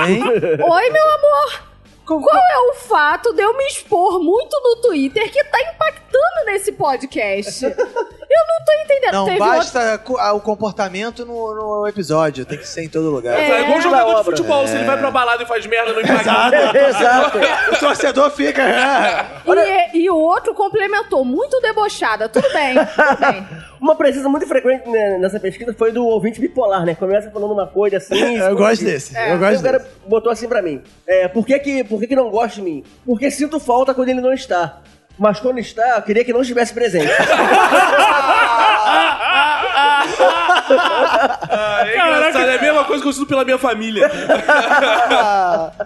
Hein? Oi, meu amor! Qual é o fato de eu me expor muito no Twitter que tá impactando nesse podcast? Eu não tô entendendo. Não Teve outro- basta co- ah, o comportamento no, no episódio, tem que ser em todo lugar. É igual É. jogador de Obra. futebol. Se ele vai pra balada e faz merda, não impacta. Exato. O torcedor fica. é. E, e o outro complementou, muito debochada. Tudo bem, tudo bem. Uma presença muito frequente né, nessa pesquisa foi do ouvinte bipolar, né? Começa falando uma coisa assim. Eu gosto desse. É, eu Aí gosto o cara desse. botou assim pra mim. É, por que que, por que que não gosta de mim? Porque sinto falta quando ele não está. Mas quando está, eu queria que não estivesse presente. é Ah, é engraçado. É a mesma coisa que eu sinto pela minha família.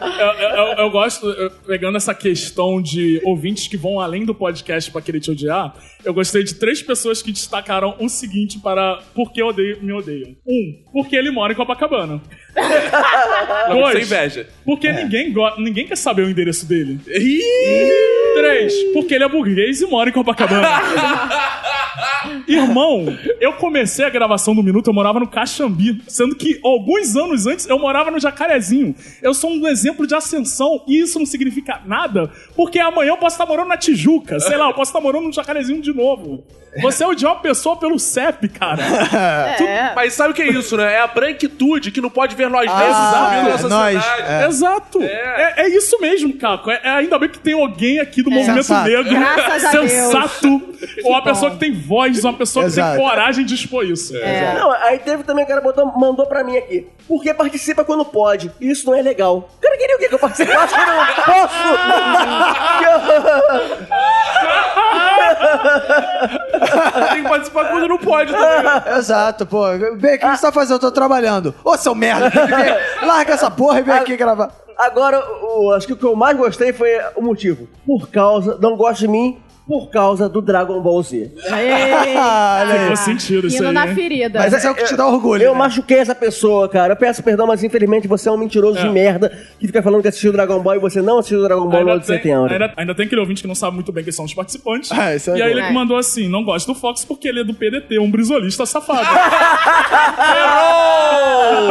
Eu, eu- eu gosto, eu- pegando essa questão de ouvintes que vão além do podcast pra querer te odiar, eu gostei de três pessoas que destacaram o seguinte para por que odeio, me odeiam. Um, porque ele mora em Copacabana. Não, sem inveja. É. Porque ninguém, go- ninguém quer saber o endereço dele. Três, porque ele é burguês e mora em Copacabana. Irmão, eu comecei a gravação do Minuto, eu morava no Caxambi, sendo que alguns anos antes eu morava no Jacarezinho. Eu sou um exemplo de ascensão e isso não significa nada, porque amanhã eu posso estar morando na Tijuca, sei lá, eu posso estar morando no Jacarezinho de novo. Você odiar uma pessoa pelo CEP, cara. É. Mas sabe o que é isso, né? É a branquitude que não pode ver nós mesmos Ah, ah, na é, sociedade. nós, é. Exato. É. É. é isso mesmo, Caco. É, é ainda bem que tem alguém aqui do movimento É. Sensato. negro Graças a sensato, ou uma pessoa que tem voz, uma pessoa que tem Exato. coragem de expor isso. É. Não, aí teve também o cara botou, mandou pra mim aqui. Porque participa quando pode. E isso não é legal. O cara queria o quê? Que eu participasse quando eu não posso? Que eu- Tem que participar quando não pode também. Exato, pô. Vem aqui, o que você tá fazendo? Eu tô trabalhando. Ô, seu merda, vem- larga essa porra Ah, e vem aqui gravar. Agora, o- acho que o que eu mais gostei foi o motivo. Por causa, não gosta de mim, por causa do Dragon Ball Z. Eita! Ficou sentido isso Indo aí, na hein? ferida. Mas esse é o que te dá orgulho. Eu né? machuquei essa pessoa, cara. Eu peço perdão, mas infelizmente você é um mentiroso de merda que fica falando que assistiu Dragon Ball e você não assistiu Dragon Ball no 8 de setembro. ainda, ainda tem aquele ouvinte que não sabe muito bem quem são os participantes. Ah, isso é e aí bom. ele É. que mandou assim: não gosto do Fox porque ele é do PDT, um brisolista safado.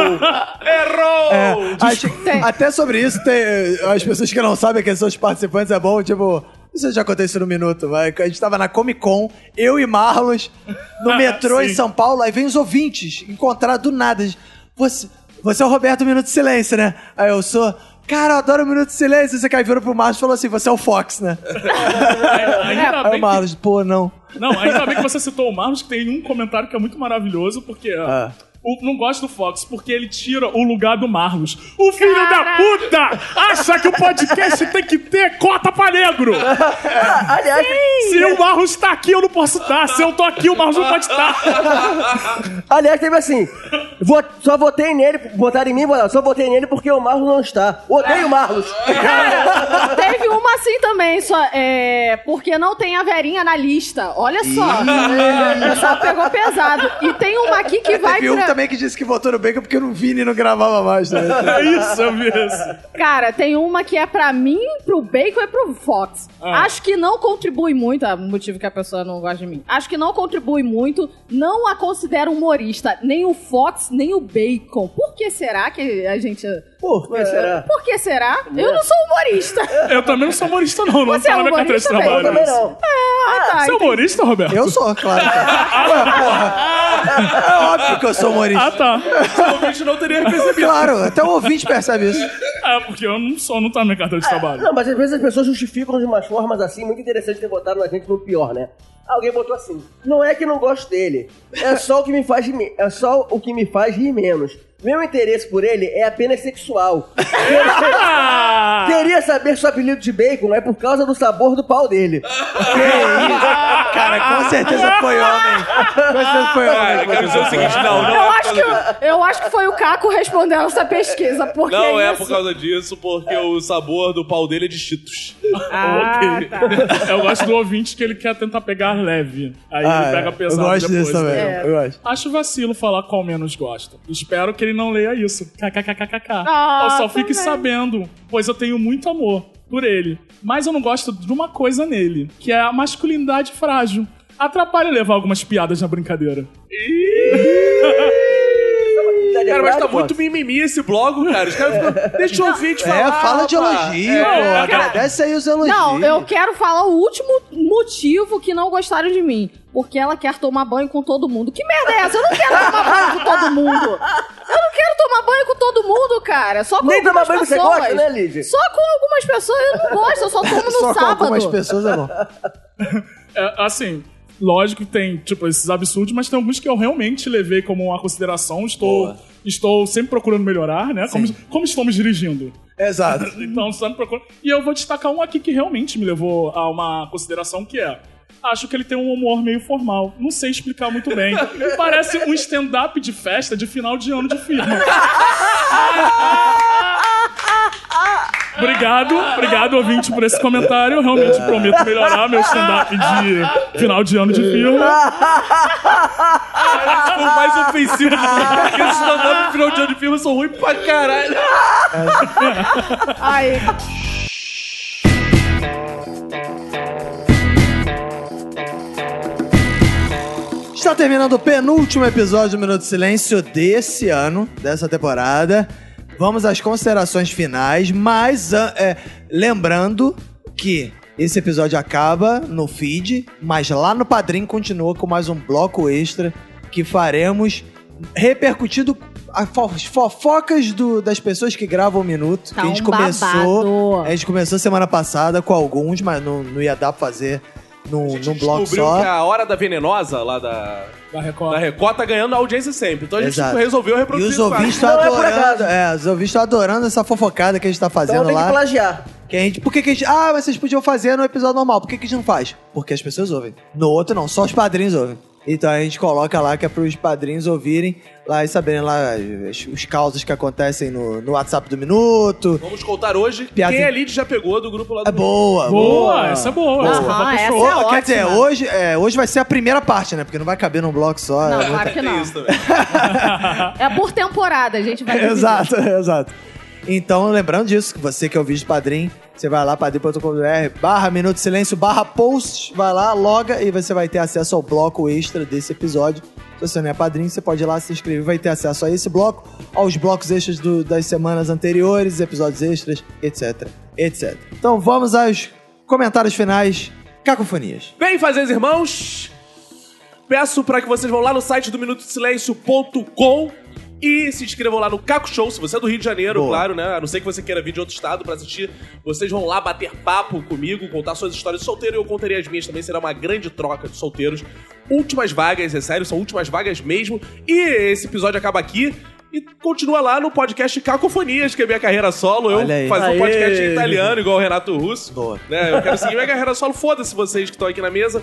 Errou! Acho- até sobre isso, tem, as pessoas que não sabem quem são os participantes é bom, tipo. Isso já aconteceu no minuto, vai. A gente tava na Comic Con, eu e Marlos, no metrô em Ah, Sim. São Paulo, aí vem os ouvintes, encontrar do nada. Você, você é o Roberto Minuto de Silêncio, né? Aí eu sou. Cara, eu adoro o Minuto de Silêncio. Você caiu virou pro Marlos e falou assim: você é o Fox, né? ainda, É. Aí o bem que, Marlos, pô, não. não, ainda bem que você citou o Marlos, que tem um comentário que é muito maravilhoso, porque. ó, Ah. o- não gosto do Fox, porque ele tira o lugar do Marlos. O filho da puta acha que o podcast tem que ter cota pra negro! Ah, aliás, Se o Marlos tá aqui, eu não posso estar. Se eu tô aqui, o Marlos não pode estar. aliás, teve assim. vo- só votei nele, votaram em mim, votaram, só votei nele porque o Marlos não está. Odeio o Marlos. É. Cara, teve uma assim também, só, é, porque não tem a Verinha na lista. Olha só. O pessoal pegou pesado. E tem uma aqui que vai Teve um pra... também que disse que votou no Bacon porque o Vini não gravava mais, né? É isso, eu vi isso. Cara, tem uma que é pra mim, pro Bacon e pro Fox. Ah. Acho que não contribui muito, é o motivo que a pessoa não gosta de mim. Acho que não contribui muito, não a considero humorista, nem o Fox, nem o Bacon. Por que será que a gente... Por É. que será? Por que será? É. Eu não sou humorista. Eu também não sou humorista, não. Não Você tá é na minha carteira de humorista, Eu trabalho. também não. Ah, tá, Você é humorista, Roberto? Eu sou, claro. Ué, porra. É óbvio que eu sou humorista. Ah, tá. Provavelmente não teria recebido. Claro, até o ouvinte percebe isso. É, porque eu não sou, não tá na minha carteira de trabalho. Não, mas às vezes as pessoas justificam de umas formas assim, muito interessante ter votado na gente no pior, né? Alguém botou assim: não é que não gosto dele, é só o que me faz rir, me- é só o que me faz rir menos. Meu interesse por ele é apenas sexual. Ah! Queria saber se o apelido de bacon é por causa do sabor do pau dele. Cara, com certeza foi homem. Com certeza foi Cara, homem. eu quero dizer o seguinte, não, não Eu é acho, que, eu acho que foi o Caco respondendo essa pesquisa, porque Não é isso. por causa disso, porque o sabor do pau dele é de Cheetos. Ah, Ok. tá. Eu gosto do ouvinte que ele quer tentar pegar leve. Aí Ah, ele pega é. pesado eu gosto depois. disso também. né? Eu gosto. Acho vacilo falar qual menos gosta. Espero que ele não leia isso. KKKKK. Ah, eu só também. fique sabendo, pois eu tenho muito amor por ele. Mas eu não gosto de uma coisa nele, que é a masculinidade frágil. Atrapalha levar algumas piadas na brincadeira. Cara, mas tá muito mimimi esse blog, cara. Os caras ficam, deixa eu ouvir tipo, te falar. É, fala de rapaz." elogio, É. pô. cara. Agradece aí os elogios. Não, eu quero falar o último motivo que não gostaram de mim. Porque ela quer tomar banho com todo mundo. Que merda é essa? Eu não quero tomar banho com todo mundo. Eu não quero tomar banho com todo mundo, cara. Só com Nem algumas tomar banho você pessoas. gosta, né, Lígia? Só com algumas pessoas. Eu não gosto, eu só tomo no Só com sábado. algumas pessoas é bom. É, assim, lógico que tem, tipo, esses absurdos, mas tem alguns que eu realmente levei como uma consideração. Estou, estou sempre procurando melhorar, né? Como, como estamos dirigindo. Exato. Então, sempre procurando. E eu vou destacar um aqui que realmente me levou a uma consideração que é. Acho que ele tem um humor meio formal. Não sei explicar muito bem. Parece um stand-up de festa de final de ano de firma. Obrigado, obrigado, ouvinte, por esse comentário. Eu realmente prometo melhorar meu stand-up de final de ano de firma. Foi o mais ofensivo do mundo. Porque os stand-up de final de ano de filme são ruins pra caralho. Ai, Está terminando o penúltimo episódio do Minuto de Silêncio desse ano, dessa temporada. Vamos às considerações finais, mas ah, é, lembrando que esse episódio acaba no feed, mas lá no Padrim continua com mais um bloco extra que faremos repercutido as fo- as fofocas do- das pessoas que gravam o Minuto. Tá que a gente um começou. babado. A gente começou semana passada com alguns, mas não, não ia dar pra fazer num, num bloco Descobriu só. que a Hora da Venenosa, lá da, Da da Record. Record, tá ganhando audiência sempre. Então a gente Exato. resolveu E reproduzir os isso lá. ouvintes tá- estão Não é por adorando. acaso. É, os ouvintes estão adorando essa fofocada que a gente tá fazendo Então tem que lá. plagiar. Que a gente, por que, que a gente. Ah, mas vocês podiam fazer no episódio normal. Por que, que a gente não faz? Porque as pessoas ouvem. No outro não, só os padrinhos ouvem. Então a gente coloca lá que é pros padrinhos ouvirem lá e saberem lá as- os causas que acontecem no, no WhatsApp do Minuto. Vamos contar hoje Piada quem em- a Lid já pegou do grupo lá do... É boa, Boa, essa é boa. Aham, essa fofoca essa show. Ô, é quer ótima. dizer, hoje, é, hoje vai ser a primeira parte, né? Porque não vai caber num bloco só. Não, é muito- claro que Tem não. isso também. É por temporada, a gente vai dividir. exato, exato. Então, lembrando disso, que você que é ouvinte padrinho, você vai lá, padrinho.com.br, barra Minuto de Silêncio, barra post, vai lá, loga e você vai ter acesso ao bloco extra desse episódio. Se você não é padrinho, você pode ir lá se inscrever, vai ter acesso a esse bloco, aos blocos extras do- das semanas anteriores, episódios extras, etc, etc. Então vamos aos comentários finais, cacofonias. Bem, fazeres irmãos, peço para que vocês vão lá no site do minutosilêncio.com e se inscrevam lá no Caco Show, se você é do Rio de Janeiro, Boa. claro, né? A não ser que você queira vir de outro estado para assistir, vocês vão lá bater papo comigo, contar suas histórias de solteiro e eu contarei as minhas também, será uma grande troca de solteiros. Últimas vagas, é sério, são últimas vagas mesmo. E esse episódio acaba aqui. E continua lá no podcast Cacofonias, que é minha carreira solo. Eu Olha aí. faço um Aê. podcast em italiano, igual o Renato Russo. Boa. Né? Eu quero seguir minha carreira solo. Foda-se vocês que estão aqui na mesa.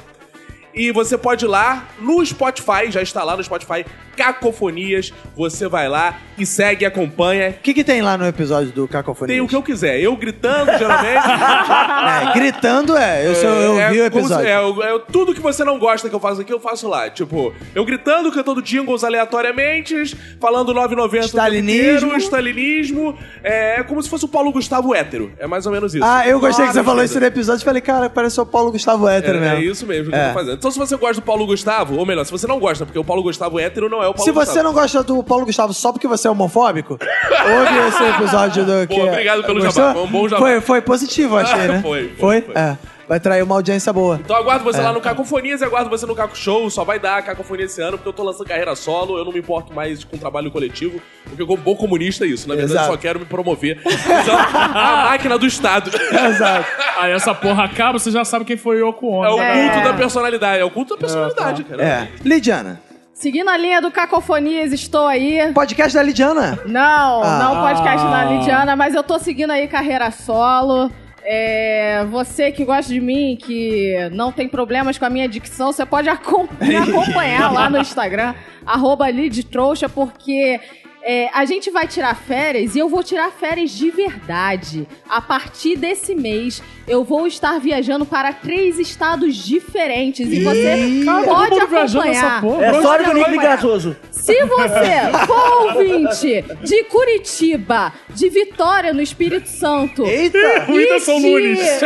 E você pode ir lá no Spotify, já está lá no Spotify, Cacofonias. Você vai lá e segue, acompanha. O que, que tem lá no episódio do Cacofonias? Tem o que eu quiser. Eu gritando, geralmente. É, gritando é, eu, sou, eu vi o como se- episódio. é, eu- eu- tudo que você não gosta que eu faço aqui, eu faço lá. Tipo, eu gritando, cantando jingles aleatoriamente, falando 990 o tempo Stalinismo. inteiro, stalinismo. É, é como se fosse o Paulo Gustavo hétero. É mais ou menos isso. Ah, eu gostei que você Ah, falou mentira. isso no episódio. Falei, cara, parece o Paulo Gustavo hétero É, mesmo. é isso mesmo que eu tô fazendo. Então, se você gosta do Paulo Gustavo, ou melhor, se você não gosta, porque o Paulo Gustavo hétero não é o Paulo Se Gustavo. você não gosta do Paulo Gustavo só porque você é homofóbico, ouve esse episódio do que. é. obrigado pelo Gostou? jabá, foi um bom jabá. Foi, foi positivo, achei, né? Foi, foi, foi. É. Vai trair uma audiência boa. Então aguardo É. você lá no Cacofonias e aguardo você no Caco Show. Só vai dar Cacofonia esse ano, porque eu tô lançando carreira solo, eu não me importo mais com trabalho coletivo, porque como bom comunista é isso. Na verdade, Exato. eu só quero me promover. Usando a máquina do Estado. Exato. Aí essa porra acaba, você já sabe quem foi o Yoko É o Ono. É. culto da personalidade. É o culto da personalidade, cara. É. Lidiana. Seguindo a linha do Cacofonias, estou aí. Podcast da Lidiana. Não, Ah. não podcast da Lidiana, mas eu tô seguindo aí carreira solo. É, você que gosta de mim, que não tem problemas com a minha dicção, você pode acom- me acompanhar lá no Instagram, arroba Lidtrouxa, porque é, a gente vai tirar férias e eu vou tirar férias de verdade. A partir desse mês, eu vou estar viajando para três estados diferentes. E você Cara, todo pode mundo viajando acompanhar. essa porra. É Pra só onde do que Nick vai? Gasoso. Se você for ouvinte de Curitiba, de Vitória no Espírito Santo, Eita! O Whindersson e de- Nunes.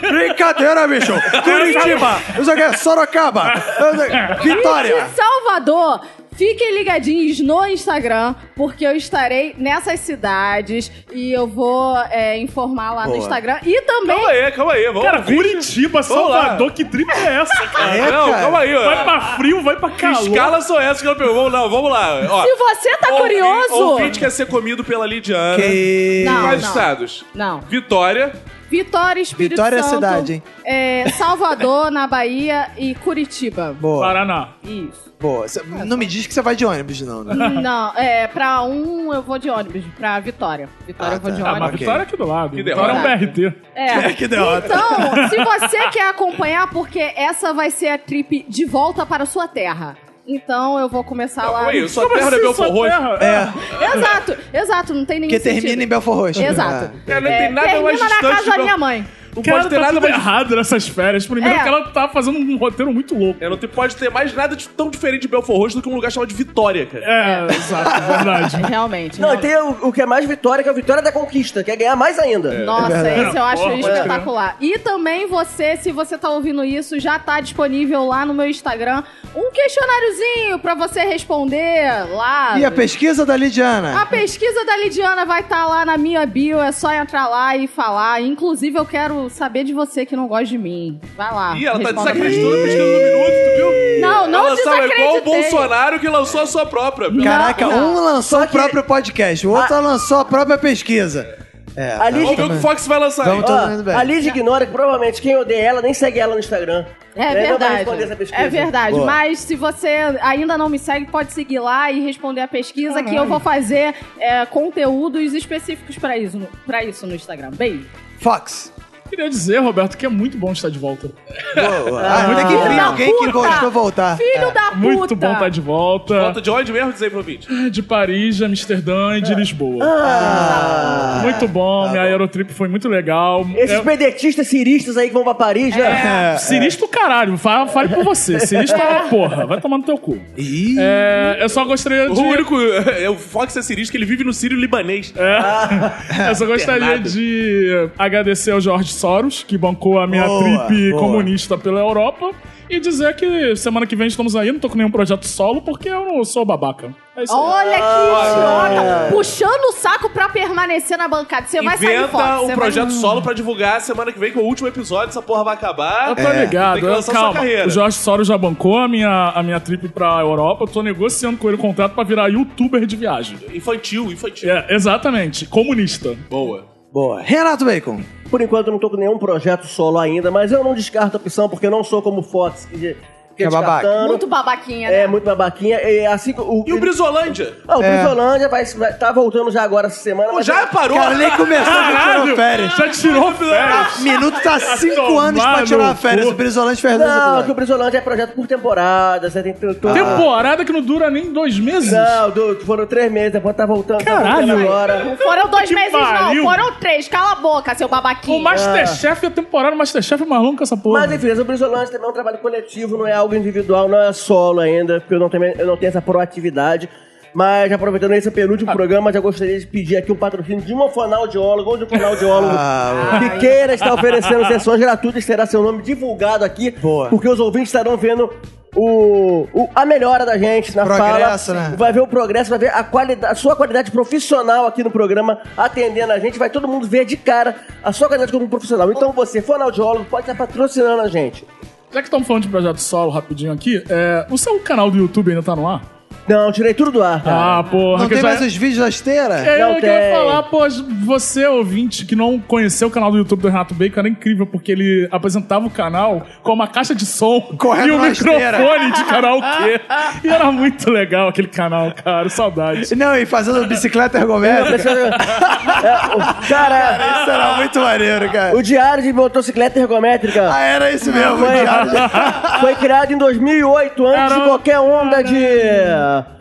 Brincadeira, bicho! Curitiba! Eu só quero Sorocaba! Eu só- Vitória! de Salvador, fiquem ligadinhos no Instagram, porque eu estarei nessas cidades e eu vou é, informar lá Boa. no Instagram. E também Calma aí, calma aí. Vamos Cara, ouvir. Curitiba, Salvador, que trip é essa, cara? É, Não, cara. calma aí. ó. Vai pra frio, vai pra Que calor. escala são essas que eu pergunto? Não, vamos lá. Ó, Se você tá ouvi- curioso- Ouvinte quer ser comido pela Lidiana. Que- Não, Quais não. estados? Não. Vitória. Vitória, Espírito Vitória é Santo, cidade, hein? é, Salvador, na Bahia e Curitiba. Boa, Paraná. Isso. boa. Cê- Não me diz que você vai de ônibus, não, né? Não, é, pra um eu vou de ônibus, pra Vitória. Vitória Ah, eu vou tá. de Ah, Ah, mas ônibus. Ok. Vitória é aqui do lado. Que Vitória é um derrota. BRT. É. Que derrota. Então, se você quer acompanhar, porque essa vai ser a trip de volta para a sua terra. Então eu vou começar lá. Oi, no- sua terra assim não é Belfort Roxo. É. Exato, exato, não tem nenhum Porque termina em sentido. Belfort Roxo. Exato. É, não É, tem nada mais termina na distante casa de da Bel- minha mãe. Não Cara, pode ter tá nada tudo mais. errado nessas férias. Primeiro É. que ela tá fazendo um roteiro muito louco. É, não te- pode ter mais nada de tão diferente de Belfort Roxo do que um lugar chamado de Vitória, cara. É, exato, é verdade. Realmente. Não, e realmente. tem o, o que é mais vitória, que é a vitória da conquista, que é ganhar mais ainda. Nossa, É esse eu acho Porra, espetacular. E também você, se você tá ouvindo isso, já tá disponível lá no meu Instagram um questionáriozinho pra você responder lá. E a pesquisa da Lidiana? A pesquisa da Lidiana vai estar lá na minha bio, é só entrar lá e falar. Inclusive, eu quero saber de você que não gosta de mim. Vai lá. Ih, ela tá responda pra desacreditando a pesquisa do minuto, tu viu? Não, não ela sabe, é igual o desacreditei. Bolsonaro que lançou a sua própria. Não. Caraca, um lançou Só o que- próprio podcast, o outro lançou a própria pesquisa. É, A Lid- Vamos ver o né? que o Fox vai lançar. Vamos aí. todo Ó, mundo bem. a Liz ignora que provavelmente quem odeia ela nem segue ela no Instagram. É Ela Não vai verdade. responder essa pesquisa. É verdade. Boa. Mas se você ainda não me segue, pode seguir lá e responder a pesquisa que eu vou fazer é, conteúdos específicos pra isso, para isso no Instagram. Beijo. Fox, Queria dizer, Roberto, que é muito bom estar de volta. Boa. Ah, muito que tem da alguém que puta! gostou voltar. Filho da É, puta! Muito bom estar de volta. Ah. Volta É. de onde mesmo? Diz aí pro ouvinte. De Paris, de Amsterdã e de Lisboa. Ah, muito Tá bom, minha aerotrip foi muito legal. esses É- pedetistas ciristas aí que vão pra Paris, né? É, Sinistro, caralho, fale, fale por você. Sinistro é uma porra, vai tomar no teu cu. Ih, É, eu só gostaria O de. único. É, o Fox é cirista que ele vive no Sírio libanês. É. Eu só gostaria Internado. de agradecer ao Jorge Soros, que bancou a minha Boa, trip boa. comunista pela Europa, e dizer que semana que vem estamos aí, não tô com nenhum projeto solo, porque eu não sou babaca. É isso aí. Olha Ah, que idiota! Puxando o saco pra permanecer na bancada. Você vai sair Inventa fora. um projeto solo pra divulgar semana que vem, que é o último episódio, essa porra vai acabar. Eu tô ligado. É, Tem que eu- lançar sua É. calma, carreira. o Jorge Soros já bancou a minha, a minha trip pra Europa, eu tô negociando com ele o contrato pra virar youtuber de viagem. Infantil, infantil. É, exatamente, comunista. Boa. boa. Renato Bacon. Por enquanto eu não tô com nenhum projeto solo ainda, mas eu não descarto a opção, porque eu não sou como o Fox, que, que é babaca. descartando. Muito babaquinha, né? É, muito babaquinha. É, assim, que o, E o Brizolândia? Ah, o É. Brizolândia vai, vai- tá voltando já agora essa semana. mas é- Já é parou? Cara, nem começou a tirou férias. Já tirou férias. Minuto tá cinco tomar anos pra tirar no férias. cu. O Brizolante Fernandes. Não, Eduardo. que o Brizolândia é projeto por temporada, você tem que ter um todo... Temporada que não dura nem dois meses. Não, do- foram três meses, depois tá voltando, tá Caralho. voltando agora. Não foram dois Que meses, pariu. não. Foram três. Cala a boca, seu babaquinho. O Ah. Masterchef, a temporada Masterchef é mais longa que essa porra. Mas enfim, o Brizolante também é um trabalho coletivo, não é algo individual, não é solo ainda, porque eu não tenho, eu não tenho essa proatividade. Mas aproveitando esse penúltimo Ah. programa, já gostaria de pedir aqui um patrocínio de uma fonoaudióloga ou de um fonoaudiólogo Ah, que queira estar oferecendo sessões gratuitas, terá seu nome divulgado aqui, Boa. porque os ouvintes estarão vendo o, o- a melhora da gente na Progresso, fala. né? Vai ver o progresso, vai ver a, qualidade, a sua qualidade profissional aqui no programa atendendo a gente. Vai todo mundo ver de cara a sua qualidade como profissional. Então você, fonoaudiólogo, pode estar patrocinando a gente. Já que estamos falando de projeto solo rapidinho aqui, é, o seu canal do YouTube ainda tá no ar? Não, tirei tudo do ar, cara. Ah, porra, Tá. Não que tem já... mais os vídeos da esteira? É, Não eu que eu ia tem. falar, pô, você, ouvinte, que não conheceu o canal do YouTube do Renato Bacon, era incrível, porque ele apresentava o canal com uma caixa de som Correto e um na esteira. microfone de karaokê. e era muito legal aquele canal, cara, saudades. Não, e fazendo bicicleta ergométrica. É, o- cara, Isso era muito maneiro, cara. o diário de motocicleta ergométrica. Ah, era isso mesmo. Foi, foi criado em 2008, antes Caramba. de qualquer onda de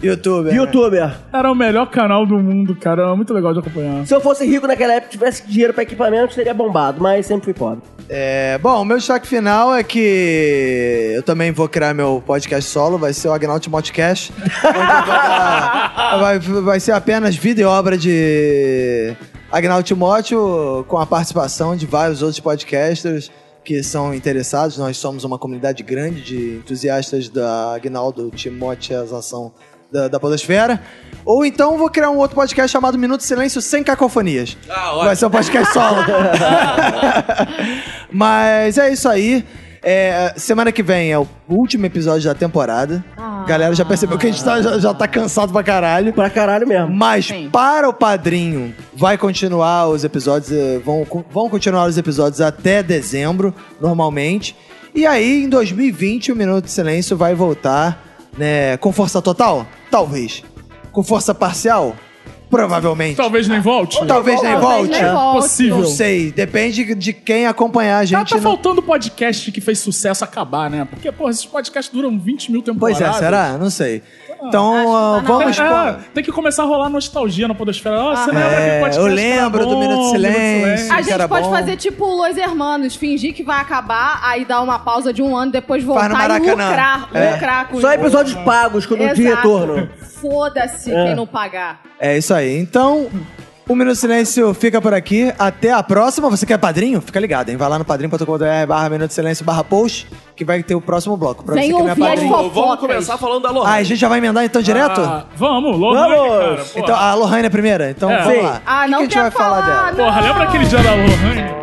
YouTube. né? youtuber. Era o melhor canal do mundo, cara, era muito legal de acompanhar. Se eu fosse rico naquela época e tivesse dinheiro pra equipamento, seria bombado, mas sempre fui pobre. É, bom, o meu destaque final é que eu também vou criar meu podcast solo, vai ser o Agnaldo Modcast. onde eu vou dar- vai, vai ser apenas vida e obra de Agnaldo Timóteo, com a participação de vários outros podcasters que são interessados. Nós somos uma comunidade grande de entusiastas da Agnaldo Timóteo da, da Podosfera. Ou então vou criar um outro podcast chamado Minuto de Silêncio Sem Cacofonias. Ah, ótimo. Vai ser um podcast solo. Mas é isso aí. É, semana que vem é o último episódio da temporada. Ah. Galera já percebeu que a gente tá- já, já tá cansado pra caralho. Pra caralho mesmo. Mas Sim. para o padrinho, vai continuar os episódios. eh, Vão, vão continuar os episódios até dezembro, normalmente. E aí, em 2020, o Minuto de Silêncio vai voltar né, com força total? Talvez. Com força parcial? Provavelmente. Talvez nem volte. Talvez nem Talvez volte. nem volte. Possível. Não sei, depende de quem acompanhar a Tá, gente. tá no- faltando podcast que fez sucesso acabar, né? Porque, porra, esses podcasts duram 20 mil temporadas. Pois é, será? Não sei. Então, ah, Acho que tá na vamos. É, pô- tem que começar a rolar nostalgia na podosfera. Ah, você lembra É, aquele podcast? eu era lembro do bom, Minuto de Silêncio. A que era gente pode bom. fazer tipo o Los Hermanos, fingir que vai acabar, aí dar uma pausa de um ano, depois Faz no voltar e Maracanã. lucrar, É. lucrar com Só episódios pagos quando Exato. de retorno. Foda-se quem não pagar. É isso aí. Então, o Minuto de Silêncio fica por aqui. Até a próxima. Você quer padrinho? Fica ligado, hein? Vai lá no padrinho.com.br barra Minuto de Silêncio barra post, que vai ter o próximo bloco. Pra Vem você que não é ouvir as padrinho. fo- Vamos- Vamos Fofocas. começar falando da Lohan. Ah, a gente já vai emendar então direto? Ah, vamos, Lohane, cara. Vamos! Porra, então, a Lohane é a primeira? Então É. vamos Sim. lá. Ah, o que não que a gente quer vai falar dela? falar, não. porra, lembra aquele dia da Lohane?